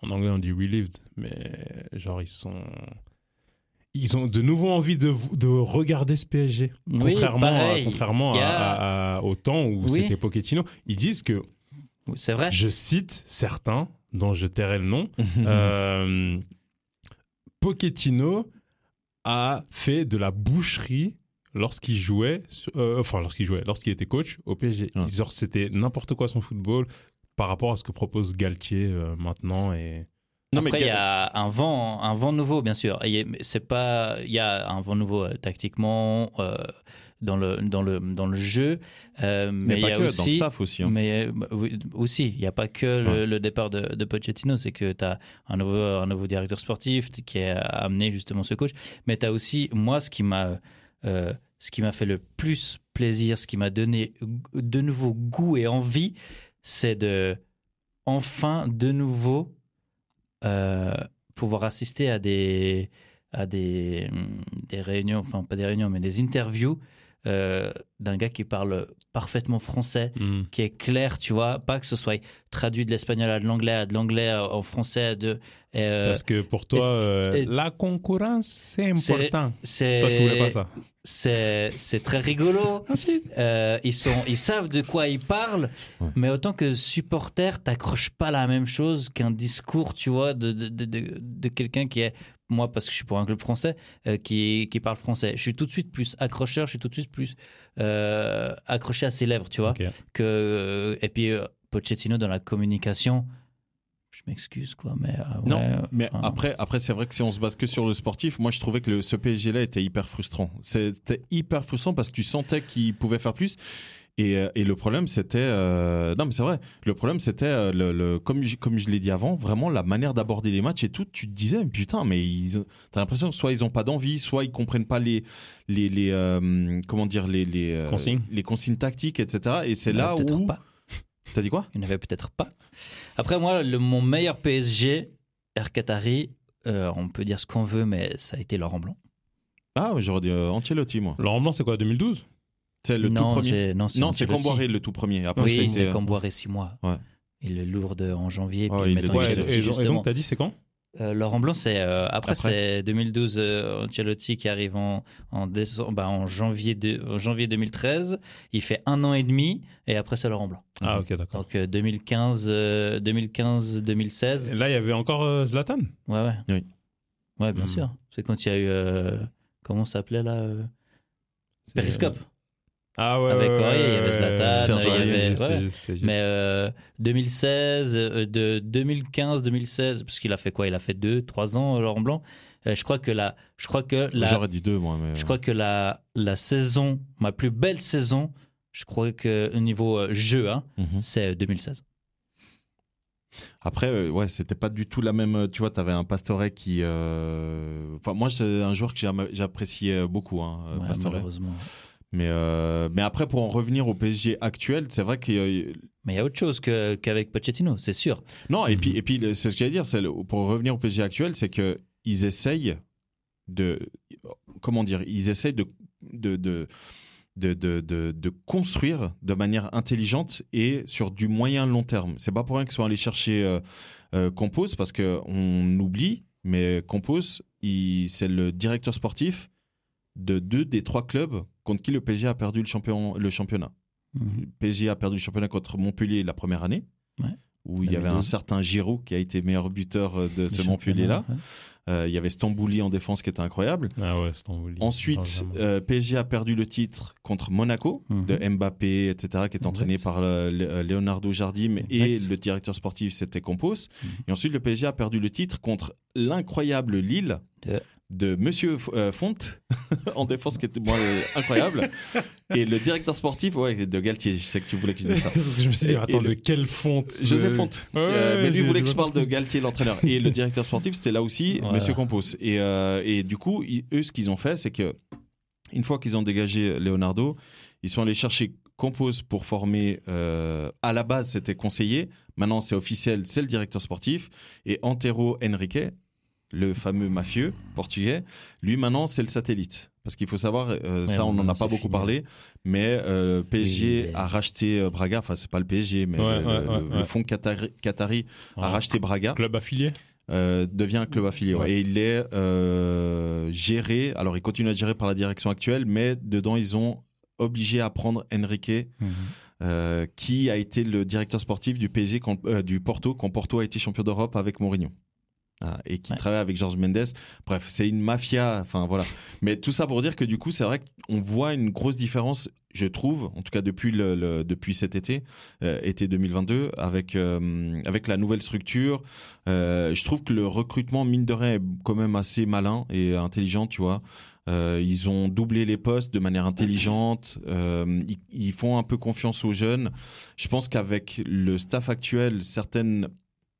Speaker 2: En anglais on dit relived, mais genre ils sont. ils ont de nouveau envie de, de regarder ce PSG.
Speaker 4: Oui,
Speaker 2: Contrairement, à,
Speaker 4: pareil.
Speaker 2: contrairement
Speaker 4: Il y
Speaker 2: à-
Speaker 4: a-
Speaker 2: à- à- au temps où
Speaker 4: Oui.
Speaker 2: c'était Pochettino, ils disent que,
Speaker 4: C'est vrai.
Speaker 2: je cite certains, dont je tairai le nom,
Speaker 1: Mhm.
Speaker 4: (laughs)
Speaker 2: euh, Pochettino a fait de la boucherie lorsqu'il jouait, sur- euh, enfin lorsqu'il jouait, lorsqu'il était coach au PSG.
Speaker 1: Ouais.
Speaker 2: Genre oh, c'était n'importe quoi son football par rapport à ce que propose Galtier euh, maintenant et
Speaker 1: Non, mais
Speaker 4: Après, il y
Speaker 1: Gal-
Speaker 4: a un vent, un vent nouveau, bien sûr. Et mais c'est pas, il y a un vent nouveau euh, tactiquement euh, dans le dans le dans le jeu, euh, mais,
Speaker 1: mais
Speaker 4: il y
Speaker 1: pas
Speaker 4: a
Speaker 1: que, dans le
Speaker 4: aussi.
Speaker 1: staff aussi. hein.
Speaker 4: mais euh, bah, oui, aussi, il n'y a pas que le,
Speaker 1: Ouais.
Speaker 4: le départ de, de Pochettino, c'est que tu as un nouveau, un nouveau directeur sportif t- qui a amené justement ce coach, mais tu as aussi, moi, ce qui m'a euh, ce qui m'a fait le plus plaisir, ce qui m'a donné g- de nouveau goût et envie, c'est de enfin de nouveau euh, pouvoir assister à des à des, hum, des réunions, enfin pas des réunions, mais des interviews euh, d'un gars qui parle parfaitement français, qui est clair, tu vois, pas que ce soit traduit de l'espagnol à de l'anglais, à de l'anglais euh, en français, de euh,
Speaker 2: parce que pour toi euh,
Speaker 4: et-
Speaker 2: la concurrence c'est
Speaker 4: C'est-
Speaker 2: important. Toi tu voulais pas
Speaker 4: c'est
Speaker 2: ça.
Speaker 4: c'est c'est très rigolo. Euh, ils sont ils savent de quoi ils parlent,
Speaker 1: Ouais.
Speaker 4: mais autant que supporter, t'accroches pas à la même chose qu'un discours, tu vois, de de, de, de- de quelqu'un qui est moi parce que je suis pour un club français euh, qui qui parle français. Je suis tout de suite plus accrocheur, je suis tout de suite plus euh, accroché à ses lèvres, tu vois.
Speaker 2: Ok.
Speaker 4: que et puis euh, Pochettino dans la communication je m'excuse quoi mais euh,
Speaker 1: Non,
Speaker 4: ouais,
Speaker 1: Mais
Speaker 4: enfin,
Speaker 1: après, après c'est vrai que si on se base que sur le sportif, moi je trouvais que le- ce PSG-là était hyper frustrant. C'était hyper frustrant parce que tu sentais qu'il pouvait faire plus. Et, euh, et le problème, c'était. euh, non, mais c'est vrai. Le problème, c'était, euh, le, le- comme je, comme je l'ai dit avant, vraiment la manière d'aborder les matchs et tout. Tu te disais, putain, mais ils ont- t'as l'impression que soit ils n'ont pas d'envie, soit ils comprennent pas les. les, les euh, comment dire Les, les, euh,
Speaker 2: Consignes.
Speaker 1: Les consignes tactiques, etc. Et c'est
Speaker 4: il y en
Speaker 1: là
Speaker 4: avait Bah, peut-être
Speaker 1: où.
Speaker 4: pas
Speaker 1: T'as dit quoi
Speaker 4: il n'y en avait peut-être pas après moi le, mon meilleur PSG Air Qatari euh, on peut dire ce qu'on veut mais ça a été Laurent Blanc
Speaker 1: Ah, ouais, j'aurais dit euh, Ancelotti, moi.
Speaker 2: Laurent Blanc c'est quoi 2012
Speaker 1: C'est le
Speaker 4: non
Speaker 1: tout premier.
Speaker 4: c'est- non c'est
Speaker 1: Non, c'est
Speaker 4: Ancelotti.
Speaker 1: Camboiré le tout premier. Après, ça a
Speaker 4: oui
Speaker 1: été,
Speaker 4: c'est
Speaker 1: euh,
Speaker 4: Camboiré six mois
Speaker 1: Ouais.
Speaker 4: il le lourde en janvier
Speaker 1: Ouais,
Speaker 4: puis
Speaker 1: il
Speaker 4: ils mettent
Speaker 1: le-
Speaker 4: en
Speaker 1: Ouais,
Speaker 2: et,
Speaker 1: et-
Speaker 4: Ancelotti,
Speaker 1: et
Speaker 4: justement.
Speaker 2: donc t'as dit c'est quand
Speaker 4: Euh, Laurent Blanc, c'est euh, après,
Speaker 1: Après.
Speaker 4: c'est 2012 euh, Ancelotti qui arrive en en, décembre, bah, en janvier de, en janvier 2013. Il fait un an et demi et après c'est Laurent Blanc.
Speaker 2: Ah ok d'accord.
Speaker 4: Donc euh, 2015, euh, 2015, 2016.
Speaker 2: Là il y avait encore euh, Zlatan.
Speaker 4: Ouais ouais.
Speaker 1: Oui.
Speaker 4: Ouais bien
Speaker 2: Hmm.
Speaker 4: sûr. C'est quand il y a eu euh, comment ça s'appelait là euh,
Speaker 2: C'est-
Speaker 4: Periscope.
Speaker 2: Ah ouais,
Speaker 4: Avec
Speaker 2: ouais, ouais,
Speaker 4: Aurier, il y
Speaker 2: ouais,
Speaker 4: avait
Speaker 2: ouais,
Speaker 4: Zlatan,
Speaker 2: Serge
Speaker 1: il y
Speaker 2: Aurier,
Speaker 4: avait-
Speaker 2: je sais,
Speaker 4: ouais.
Speaker 2: je sais, je
Speaker 4: Mais
Speaker 2: sais.
Speaker 4: euh, 2016, euh, de 2015, 2016, parce qu'il a fait quoi Il a fait deux, trois ans euh, Laurent Blanc. Euh, je crois que la, je crois que la,
Speaker 1: J'aurais dit deux, moi. Mais...
Speaker 4: Je crois que la, la saison, ma plus belle saison, je crois que au niveau euh, jeu, hein,
Speaker 1: Mhm.
Speaker 4: c'est 2016.
Speaker 1: Après, euh, ouais, c'était pas du tout la même. euh, Tu vois, t'avais un Pastoret qui. euh, Enfin, moi, c'est un joueur que j'aime- j'appréciais beaucoup, hein, euh,
Speaker 4: Ouais,
Speaker 1: Pastore.
Speaker 4: malheureusement.
Speaker 1: Mais, euh, mais après, pour en revenir au PSG actuel, c'est vrai que. euh,
Speaker 4: Mais il y a autre chose que- qu'avec Pochettino, c'est sûr.
Speaker 1: Non, et
Speaker 2: Mhm.
Speaker 1: puis, et puis le- c'est ce que j'allais dire. c'est le- Pour revenir au PSG actuel, c'est que ils essayent de. Comment dire Ils essayent de. de, de de, de, de- de construire de manière intelligente et sur du moyen long terme. C'est pas pour rien qu'ils sont allés chercher euh, euh, Compose parce que on oublie, mais Compose, il- c'est le directeur sportif de deux des trois clubs contre qui le PSG a perdu le, champion, le championnat. Le PSG a perdu le championnat contre Montpellier la première année,
Speaker 4: Ouais.
Speaker 1: où il y avait
Speaker 4: 2012.
Speaker 1: un certain Giroud qui a été meilleur buteur euh, de ce Montpellier-là.
Speaker 4: Ouais.
Speaker 1: Euh, il y avait Stambouli en défense qui était incroyable.
Speaker 2: Ah ouais, Stambouli.
Speaker 1: Ensuite,
Speaker 2: Vraiment.
Speaker 1: euh, PSG a perdu le titre contre Monaco,
Speaker 4: Mhm.
Speaker 1: de Mbappé, etc., qui est entraîné
Speaker 4: Exact.
Speaker 1: par euh, Lé- euh, Leonardo Jardim et
Speaker 4: Exact.
Speaker 1: le directeur sportif, c'était Compos.
Speaker 4: Mhm.
Speaker 1: Et ensuite, le PSG a perdu le titre contre l'incroyable Lille
Speaker 4: De-
Speaker 1: de Monsieur F- euh, Fonte (laughs) en défense, qui était moi, euh,
Speaker 4: (laughs)
Speaker 1: incroyable. Et le directeur sportif, ouais, de Galtier, je sais que tu voulais que je dise ça.
Speaker 2: (laughs) Parce que je me suis dit,
Speaker 1: Et-
Speaker 2: attends,
Speaker 1: et le-
Speaker 2: de quelle fonte
Speaker 1: (laughs) Joseph
Speaker 2: euh,
Speaker 1: Fonte.
Speaker 2: Ouais,
Speaker 1: Euh, mais lui
Speaker 2: j'ai-
Speaker 1: voulait
Speaker 2: j'ai
Speaker 1: que je
Speaker 2: pas
Speaker 1: parle de Galtier, l'entraîneur. Et le directeur sportif, c'était là aussi
Speaker 4: Voilà.
Speaker 1: Monsieur Compos. Et, euh, et du coup, ils- eux, ce qu'ils ont fait, c'est que une fois qu'ils ont dégagé Leonardo, ils sont allés chercher Compos pour former. euh, à la base, c'était conseiller. Maintenant, c'est officiel, c'est le directeur sportif. Et Antero Henrique, le fameux mafieux portugais, lui, maintenant, c'est le satellite. Parce qu'il faut savoir, euh, ça, on
Speaker 4: non,
Speaker 1: n'en a
Speaker 4: c'est
Speaker 1: pas beaucoup
Speaker 4: fini.
Speaker 1: parlé, mais euh, PSG
Speaker 4: mais-
Speaker 1: a racheté euh, Braga. Enfin, c'est pas le PSG, mais
Speaker 2: Ouais,
Speaker 1: le,
Speaker 2: ouais,
Speaker 1: le-
Speaker 2: ouais,
Speaker 1: le
Speaker 2: ouais.
Speaker 1: fonds qatari, qatari a
Speaker 2: Ouais.
Speaker 1: racheté Braga.
Speaker 2: Club affilié
Speaker 1: euh, devient un club affilié. ouais.
Speaker 2: Ouais.
Speaker 1: Et il est euh, géré, alors il continue à être géré par la direction actuelle, mais dedans, ils ont obligé à prendre Enrique,
Speaker 4: Mhm.
Speaker 1: euh, qui a été le directeur sportif du PSG quand- euh, du Porto quand Porto a été champion d'Europe avec Mourinho. Voilà, et qui
Speaker 4: Ouais.
Speaker 1: travaille avec Georges Mendes. Bref, c'est une mafia. Enfin voilà. Mais tout ça pour dire que du coup, c'est vrai qu'on voit une grosse différence, je trouve, en tout cas depuis le, le- depuis cet été, euh, été 2022, avec euh, avec la nouvelle structure. Euh, je trouve que le recrutement mine de rien est quand même assez malin et intelligent, tu vois. Euh, ils ont doublé les postes de manière intelligente. Euh, ils, ils font un peu confiance aux jeunes. Je pense qu'avec le staff actuel, certaines,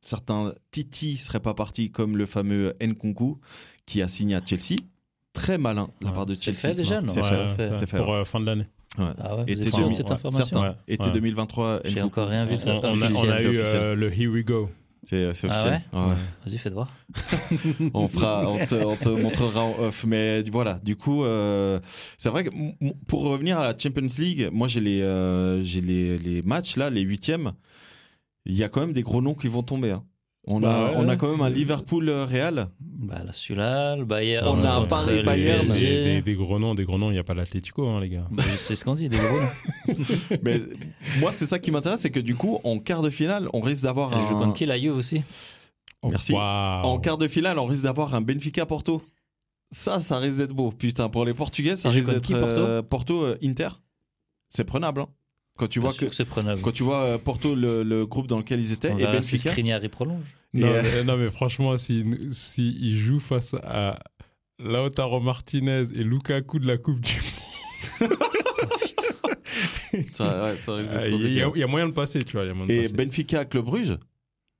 Speaker 1: certains Titi seraient pas partis, comme le fameux Nkunku qui a signé à Chelsea. Très malin de la
Speaker 2: Ouais.
Speaker 1: part de
Speaker 4: C'est
Speaker 1: Chelsea.
Speaker 4: fait
Speaker 1: ce
Speaker 4: déjà,
Speaker 1: matin.
Speaker 4: non
Speaker 1: C'est
Speaker 4: Ouais,
Speaker 1: fait.
Speaker 4: fait.
Speaker 1: c'est fait,
Speaker 2: Pour euh, fin de l'année.
Speaker 4: Ah ouais,
Speaker 1: Et
Speaker 4: vous
Speaker 1: t'es
Speaker 4: êtes sûr de
Speaker 1: demi-
Speaker 4: cette
Speaker 1: ouais,
Speaker 4: information
Speaker 1: certain. Été
Speaker 2: Ouais.
Speaker 1: 2023,
Speaker 4: J'ai
Speaker 1: Nkunku.
Speaker 4: encore rien vu de
Speaker 2: On, on
Speaker 4: ça.
Speaker 1: Si,
Speaker 2: a,
Speaker 1: si,
Speaker 2: on a
Speaker 1: c'est
Speaker 2: eu
Speaker 1: hein. officiel.
Speaker 2: euh, le Here We Go.
Speaker 1: C'est c'est
Speaker 4: Ah
Speaker 1: officiel. Ouais.
Speaker 4: Vas-y, fais voir.
Speaker 1: (laughs) on fera, on te, on te montrera en off. Mais voilà, du coup, euh, c'est vrai que m- m- pour revenir à la Champions League, moi j'ai les, euh, j'ai les, les matchs là, les huitièmes. Il y a quand même des gros noms qui vont tomber. hein. On, a,
Speaker 2: Bah ouais.
Speaker 1: on a quand même un euh, Liverpool-Real. (laughs)
Speaker 4: Bah, là, celui-là, le Bayern.
Speaker 1: On a un
Speaker 4: contre
Speaker 1: Paris
Speaker 4: le
Speaker 1: Bayern.
Speaker 2: Des,
Speaker 4: PSG.
Speaker 2: des- des gros noms, des gros noms, il n'y a pas l'Atlético, hein, les gars.
Speaker 4: Bah, C'est ce qu'on dit, des gros. là.
Speaker 1: Mais moi, c'est ça qui m'intéresse, c'est que du coup, en quart de finale, on risque d'avoir
Speaker 4: Je
Speaker 1: un.
Speaker 4: compte qui, la Juve aussi
Speaker 1: Merci.
Speaker 2: Oh, Waouh.
Speaker 1: En quart de finale, on risque d'avoir un Benfica-Porto. Ça, ça risque d'être beau. Putain, pour les Portugais, ça
Speaker 4: Et je
Speaker 1: risque
Speaker 4: compte
Speaker 1: d'être
Speaker 4: qui, Porto
Speaker 1: euh, Porto-Inter. c'est prenable. hein. Quand tu vois
Speaker 4: Bien sûr
Speaker 1: que
Speaker 4: c'est prenable.
Speaker 1: Quand tu vois euh, Porto, le, le groupe dans lequel ils étaient,
Speaker 4: On
Speaker 1: et
Speaker 4: verra si
Speaker 1: Benfica,
Speaker 4: Skriniar y prolonge.
Speaker 2: Non,
Speaker 1: Et, euh,
Speaker 2: mais, non, mais franchement, s'il si, il joue face à Lautaro Martinez et Lukaku de la Coupe du
Speaker 1: ça, ouais, ça risque
Speaker 2: (laughs) Monde,
Speaker 1: d'être
Speaker 2: Ah, il y,
Speaker 1: compliqué.
Speaker 2: a- il y a moyen de passer, tu vois. il Y a moyen de
Speaker 1: Et Ben
Speaker 2: passer.
Speaker 1: Benfica, Club Bruges,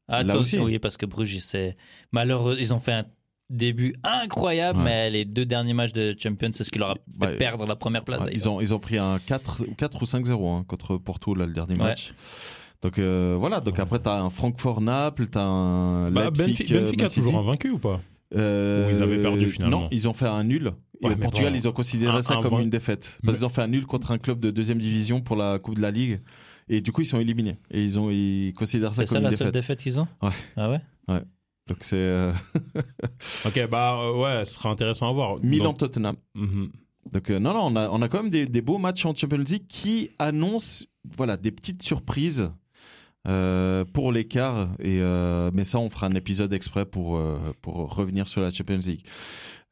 Speaker 1: Là aussi.
Speaker 4: Attention, Ah, oui, parce que Bruges, c'est malheureux. Ils ont fait un début incroyable,
Speaker 1: Ouais.
Speaker 4: mais les deux derniers matchs de Champions, c'est ce qui leur a fait
Speaker 1: Ouais.
Speaker 4: perdre la première place.
Speaker 1: ouais,
Speaker 4: d'ailleurs.
Speaker 1: ils, ont, ils ont pris un 4, 4 ou 5-0 hein, contre Porto, là, le dernier
Speaker 4: Ouais.
Speaker 1: match. Donc euh, voilà, donc après, t'as un Francfort-Naples, t'as un
Speaker 2: Bah,
Speaker 1: Leipzig.
Speaker 2: Benfi- Benfica,
Speaker 1: euh, Man City.
Speaker 2: toujours invaincu ou pas
Speaker 1: Euh,
Speaker 2: Ou ils avaient perdu, finalement.
Speaker 1: Non, ils ont fait un nul. Et
Speaker 2: Ouais,
Speaker 1: au
Speaker 2: mais
Speaker 1: Portugal,
Speaker 2: bon,
Speaker 1: ils ont considéré
Speaker 2: un-
Speaker 1: ça
Speaker 2: un
Speaker 1: comme
Speaker 2: vrai-
Speaker 1: une défaite. Parce qu'ils ont fait un nul contre un club de deuxième division pour la Coupe de la Ligue. Et du coup, ils sont éliminés. Et ils, ont, ils considèrent ça
Speaker 4: C'est
Speaker 1: comme une
Speaker 4: ça la seule
Speaker 1: défaite.
Speaker 4: défaite qu'ils ont
Speaker 1: Ouais.
Speaker 4: Ah ouais
Speaker 1: Donc c'est euh,
Speaker 2: Ok, bah euh, ouais, ce sera intéressant à voir. Donc-
Speaker 1: Milan-Tottenham.
Speaker 2: Mhm.
Speaker 1: Donc euh, non, non, on a, on a quand même des, des beaux matchs en Champions League qui annoncent voilà, des petites surprises euh, pour les quarts. Et, euh, mais ça, on fera un épisode exprès pour, euh, pour revenir sur la Champions League.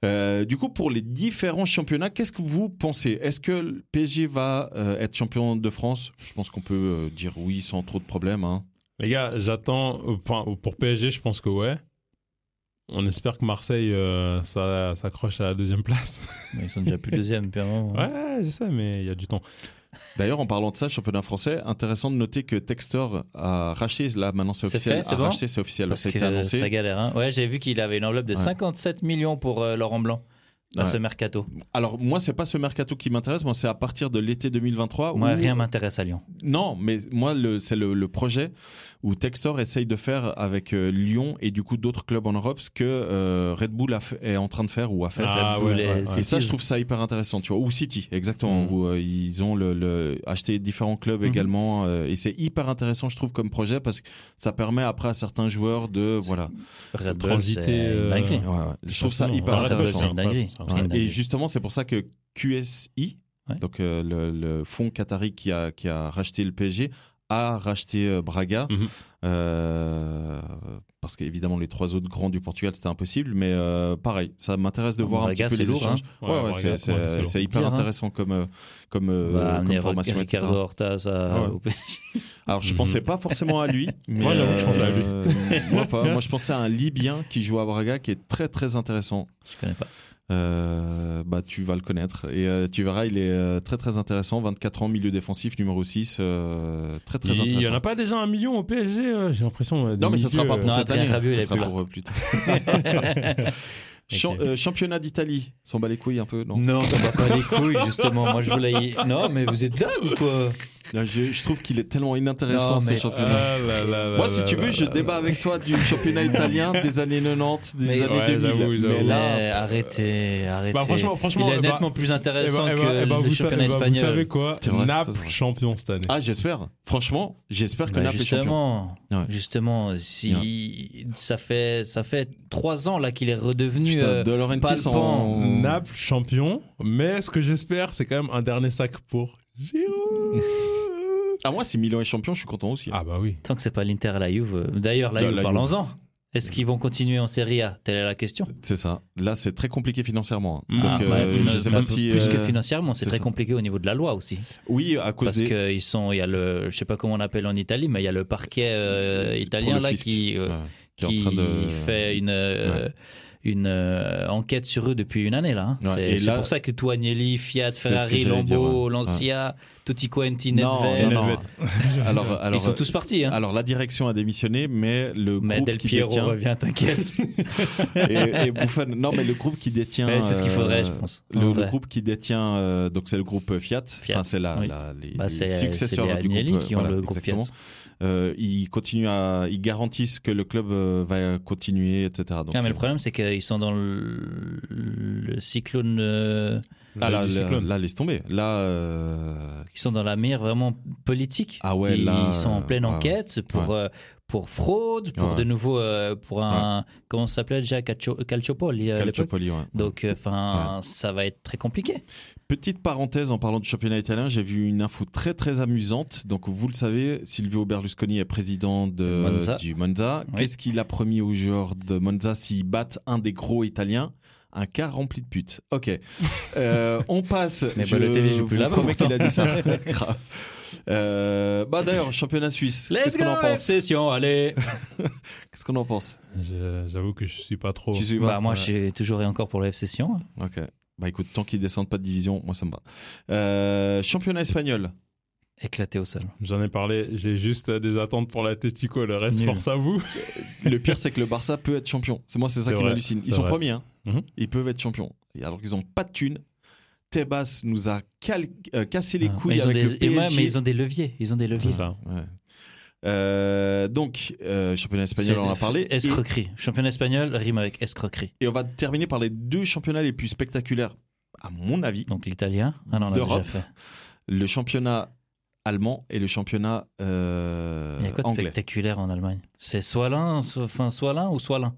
Speaker 1: Euh, du coup, pour les différents championnats, qu'est-ce que vous pensez Est-ce que le PSG va euh, être champion de France Je pense qu'on peut euh, dire oui sans trop de problèmes. hein.
Speaker 2: Les gars, j'attends. Enfin, pour PSG, je pense que ouais. On espère que Marseille euh, ça s'accroche à la deuxième place.
Speaker 4: Mais Ils sont déjà plus deuxième, puis à un moment, hein.
Speaker 2: (laughs) Ouais, je sais, mais il y a du temps.
Speaker 1: D'ailleurs, en parlant de ça, championnat français, intéressant de noter que Textor a racheté, là maintenant c'est
Speaker 4: C'est
Speaker 1: officiel,
Speaker 4: fait, c'est
Speaker 1: a
Speaker 4: bon
Speaker 1: racheté, c'est officiel,
Speaker 4: Parce
Speaker 1: ça a
Speaker 4: que
Speaker 1: été annoncé.
Speaker 4: ça galère. hein. Ouais, j'ai vu qu'il avait une enveloppe de
Speaker 1: Ouais.
Speaker 4: 57 millions pour euh, Laurent Blanc à
Speaker 1: Ouais.
Speaker 4: ce mercato.
Speaker 1: Alors moi, c'est pas ce mercato qui m'intéresse. Moi, c'est à partir de l'été 2023. où-
Speaker 4: Moi, rien m'intéresse à Lyon.
Speaker 1: Non, mais moi, le- c'est le, le projet où Textor essaye de faire avec euh, Lyon et du coup d'autres clubs en Europe ce que euh, Red Bull a fait- est en train de faire ou a fait.
Speaker 2: Ah,
Speaker 4: Red Bull
Speaker 2: ouais,
Speaker 4: et
Speaker 2: ouais, ouais.
Speaker 1: Et ça, je
Speaker 4: Cities.
Speaker 1: trouve ça hyper intéressant, tu vois. Ou City, exactement,
Speaker 2: Mhm.
Speaker 1: où euh, ils ont le, le- acheté différents clubs
Speaker 2: Mhm.
Speaker 1: également. euh, et c'est hyper intéressant, je trouve, comme projet parce que ça permet après à certains joueurs de voilà.
Speaker 4: Red Bull,
Speaker 2: Transiter,
Speaker 4: c'est
Speaker 2: euh,
Speaker 4: une dinguerie.
Speaker 1: Ouais, ouais. Je trouve ça
Speaker 2: Forcément,
Speaker 1: hyper
Speaker 2: ouais. Red Bull,
Speaker 1: intéressant.
Speaker 2: c'est un
Speaker 4: Une dinguerie.
Speaker 2: problème, c'est un problème.
Speaker 4: Une dinguerie.
Speaker 1: Et justement, c'est pour ça que QSI,
Speaker 4: Ouais.
Speaker 1: donc euh, le, le fonds qatari qui a, qui a racheté le PSG, a racheté euh, Braga.
Speaker 2: Mhm.
Speaker 1: Euh, parce qu'évidemment, les trois autres grands du Portugal, c'était impossible. Mais euh, pareil, ça m'intéresse de voir
Speaker 4: Braga,
Speaker 1: un petit peu
Speaker 4: c'est
Speaker 1: les
Speaker 4: lourd,
Speaker 1: échanges. Ouais, ouais,
Speaker 2: regarde,
Speaker 1: c'est-
Speaker 2: ouais,
Speaker 1: c'est
Speaker 2: lourd.
Speaker 1: c'est hyper
Speaker 4: Dire, hein.
Speaker 1: intéressant comme, euh, comme, euh,
Speaker 4: Bah,
Speaker 1: comme
Speaker 4: amener
Speaker 1: formation. etc.
Speaker 4: Ricardo Horta, ça. (laughs)
Speaker 1: Ouais.
Speaker 4: au PSG.
Speaker 1: Alors, je
Speaker 2: Mhm.
Speaker 1: pensais pas forcément à lui. mais,
Speaker 2: Moi, j'avoue que je pensais à lui.
Speaker 1: euh, moi, pas. Moi, je pensais à un Libyen qui joue à Braga qui est très, très intéressant.
Speaker 4: Je connais pas.
Speaker 1: Euh, bah, tu vas le connaître et euh, tu verras, il est euh, très très intéressant. 24 ans, milieu défensif, numéro 6. euh, très très
Speaker 2: Il
Speaker 1: intéressant.
Speaker 2: n'y en a pas déjà un million au PSG, euh, j'ai l'impression. euh, des
Speaker 1: non, mais ça sera
Speaker 2: milieux,
Speaker 1: pas pour
Speaker 2: euh,
Speaker 4: Non,
Speaker 1: cette
Speaker 4: Adrien
Speaker 1: année.
Speaker 4: Rabiot, il
Speaker 1: ça
Speaker 4: est
Speaker 1: sera
Speaker 4: plus là.
Speaker 1: pour euh, plus tard. (laughs) Champ- euh, championnat d'Italie, s'en bat les couilles un peu, non
Speaker 4: Non, ça va pas les couilles, justement. Moi, je voulais y... Non, mais vous êtes dingue ou quoi
Speaker 1: Là, je, je trouve qu'il est tellement inintéressant
Speaker 4: Non,
Speaker 1: ce
Speaker 4: mais-
Speaker 1: championnat.
Speaker 2: Ah là là là
Speaker 1: Moi,
Speaker 2: là
Speaker 1: si tu
Speaker 2: là
Speaker 1: veux,
Speaker 2: là
Speaker 1: je
Speaker 2: là
Speaker 1: débat
Speaker 2: là.
Speaker 1: avec toi du championnat italien des années 90, des
Speaker 4: Mais-
Speaker 1: années
Speaker 2: Ouais,
Speaker 1: 2000.
Speaker 2: j'avoue,
Speaker 1: mais
Speaker 2: j'avoue.
Speaker 1: là,
Speaker 4: Mais arrêtez, arrêtez.
Speaker 2: Bah, franchement, franchement,
Speaker 4: il est
Speaker 2: eh ben,
Speaker 4: nettement plus
Speaker 2: Eh ben,
Speaker 4: intéressant
Speaker 2: eh ben, eh
Speaker 4: que
Speaker 2: ben,
Speaker 4: le
Speaker 2: vous savez-
Speaker 4: championnat
Speaker 2: eh ben, Vous savez
Speaker 4: espagnol.
Speaker 2: quoi
Speaker 1: C'est vrai, ça
Speaker 2: Naples
Speaker 1: se voit.
Speaker 2: champion cette année.
Speaker 1: ah, j'espère. Franchement, j'espère que
Speaker 4: Bah,
Speaker 1: Naples est champion.
Speaker 4: justement,
Speaker 1: Ouais.
Speaker 4: justement, si ça fait ça fait trois ans là qu'il est redevenu.
Speaker 1: Putain,
Speaker 4: euh,
Speaker 1: De Laurentiis
Speaker 4: palpant.
Speaker 1: en
Speaker 2: Naples champion, mais ce que j'espère, c'est quand même un dernier sac pour Giroud.
Speaker 1: Ah, moi, si Milan est champion, je suis content aussi.
Speaker 2: (laughs)
Speaker 1: hein.
Speaker 2: ah bah oui.
Speaker 4: Tant que c'est pas l'Inter à la Juve. euh, D'ailleurs, la
Speaker 1: La-
Speaker 4: Juve,
Speaker 1: la
Speaker 4: parlons-en. Est-ce qu'ils vont continuer en Serie A Telle est la question.
Speaker 1: C'est ça. Là, c'est très compliqué financièrement. hein.
Speaker 2: Ah,
Speaker 1: Donc, euh,
Speaker 4: Mm. ouais,
Speaker 1: je sais
Speaker 4: même
Speaker 1: pas si.
Speaker 4: plus
Speaker 1: euh,
Speaker 4: que financièrement, c'est
Speaker 1: c'est
Speaker 4: très
Speaker 1: ça.
Speaker 4: compliqué au niveau de la loi aussi,
Speaker 1: Oui, à cause
Speaker 4: parce
Speaker 1: des.
Speaker 4: que ils sont, il y a le, je sais pas comment on appelle en Italie, mais il y a le parquet euh,
Speaker 1: C'est pour
Speaker 4: italien
Speaker 1: le
Speaker 4: là
Speaker 1: fisc.
Speaker 4: qui euh,
Speaker 1: Ouais,
Speaker 4: qui,
Speaker 1: est en train de.
Speaker 4: fait une euh, une euh, enquête sur eux depuis une année là. hein.
Speaker 1: Ouais,
Speaker 4: C'est-
Speaker 1: et
Speaker 4: c'est
Speaker 1: là-
Speaker 4: pour ça que toi, Agnelli, Fiat,
Speaker 1: C'est ce que
Speaker 4: Ferrari,
Speaker 1: j'allais dire,
Speaker 4: Lambo,
Speaker 1: ouais.
Speaker 4: Lancia, Tutti Quenti,
Speaker 1: Non, non,
Speaker 4: Nedved,
Speaker 1: non. Alors, alors,
Speaker 4: ils
Speaker 1: euh,
Speaker 4: sont tous partis. hein.
Speaker 1: alors, la direction a démissionné, mais le
Speaker 4: mais
Speaker 1: groupe
Speaker 4: Del
Speaker 1: qui
Speaker 4: Piero
Speaker 1: détient
Speaker 4: revient, t'inquiète.
Speaker 1: (laughs) et, et Buffon. Non, mais le groupe qui détient.
Speaker 4: Mais c'est ce qu'il
Speaker 1: euh,
Speaker 4: faudrait, je pense.
Speaker 1: Le,
Speaker 4: En
Speaker 1: le
Speaker 4: vrai.
Speaker 1: groupe qui détient, euh, donc c'est le groupe Fiat,
Speaker 4: Fiat,
Speaker 1: enfin c'est la,
Speaker 4: oui.
Speaker 1: la- les,
Speaker 4: Bah,
Speaker 1: les
Speaker 4: c'est-
Speaker 1: successeurs
Speaker 4: c'est les
Speaker 1: du groupe.
Speaker 4: Agnelli qui ont
Speaker 1: voilà,
Speaker 4: le groupe Fiat.
Speaker 1: exactement. Euh, ils continuent à, ils garantissent que le club euh, va continuer, etc. Donc,
Speaker 4: Ah, mais le
Speaker 1: euh,
Speaker 4: problème, c'est qu'ils sont dans le, le cyclone. euh,
Speaker 1: ah, là,
Speaker 2: Du
Speaker 1: là,
Speaker 2: cyclone.
Speaker 1: là, laisse tomber. Là, euh,
Speaker 4: ils sont dans la mire vraiment politique.
Speaker 1: Ah ouais,
Speaker 4: ils,
Speaker 1: là,
Speaker 4: ils sont en pleine
Speaker 1: ouais, ouais.
Speaker 4: enquête pour, euh, pour fraude, pour
Speaker 1: Ouais.
Speaker 4: de nouveau. euh, pour un. Comment ça s'appelait déjà Calcio, Calciopoli. euh, à l'époque.
Speaker 1: Calciopoli, ouais.
Speaker 4: Donc, enfin, ça va être très compliqué.
Speaker 1: Petite parenthèse en parlant du championnat italien, j'ai vu une info très très amusante. Donc vous le savez, Silvio Berlusconi est président de,
Speaker 4: De Monza.
Speaker 1: du Monza.
Speaker 4: Oui.
Speaker 1: Qu'est-ce qu'il a promis aux joueurs de Monza s'ils battent un des gros Italiens un quart rempli de putes.
Speaker 4: (laughs)
Speaker 1: Ok. Euh, on passe.
Speaker 4: Mais Balotelli joue plus
Speaker 1: vous
Speaker 4: là-bas,
Speaker 1: promets
Speaker 4: pourtant.
Speaker 1: qu'il a dit
Speaker 4: (laughs)
Speaker 1: ça. Grave. Euh, bah d'ailleurs, championnat suisse.
Speaker 4: Let's
Speaker 1: Qu'est-ce
Speaker 4: go, Bah,
Speaker 1: qu'on en pense
Speaker 4: session, allez
Speaker 1: Qu'est-ce qu'on en pense
Speaker 2: Je- J'avoue que je suis pas trop.
Speaker 1: Tu suis pas
Speaker 4: Bah, moi,
Speaker 2: Ouais.
Speaker 4: je suis toujours et encore pour la FC Sion.
Speaker 1: Ok. Bah écoute, tant qu'ils descendent pas de division, moi ça me va. Euh, championnat espagnol.
Speaker 4: Éclaté au sol.
Speaker 2: J'en ai parlé. J'ai juste euh, des attentes pour l'Atletico. Le reste,
Speaker 4: Nul.
Speaker 2: force à
Speaker 4: (laughs)
Speaker 2: vous.
Speaker 1: Le pire, c'est que le Barça peut être champion. C'est moi, c'est ça
Speaker 2: C'est
Speaker 1: qui
Speaker 2: vrai,
Speaker 1: m'hallucine. Ils
Speaker 2: c'est
Speaker 1: sont
Speaker 2: vrai.
Speaker 1: premiers, hein.
Speaker 2: Mhm.
Speaker 1: ils peuvent être champions. Et alors qu'ils n'ont pas de thunes, Tebas nous a cal- euh, cassé les
Speaker 4: Ah,
Speaker 1: couilles
Speaker 4: mais ils ont
Speaker 1: avec
Speaker 4: des-
Speaker 1: le
Speaker 4: et ouais,
Speaker 1: PSG.
Speaker 4: mais ils ont des leviers. Ils ont des leviers.
Speaker 2: C'est ça.
Speaker 1: Ouais. Euh, donc, euh, championnat espagnol, on en a parlé. Et,
Speaker 4: Escroquerie. Championnat espagnol rime avec escroquerie.
Speaker 1: et on va terminer par les deux championnats les plus spectaculaires, à mon avis.
Speaker 4: Donc l'italien. Ah non, on l'a déjà
Speaker 1: D'Europe.
Speaker 4: fait.
Speaker 1: Le championnat allemand et le championnat euh,
Speaker 4: Il y a quoi de
Speaker 1: anglais.
Speaker 4: spectaculaire en Allemagne C'est soit l'un, soit, enfin, soit l'un ou soit l'un.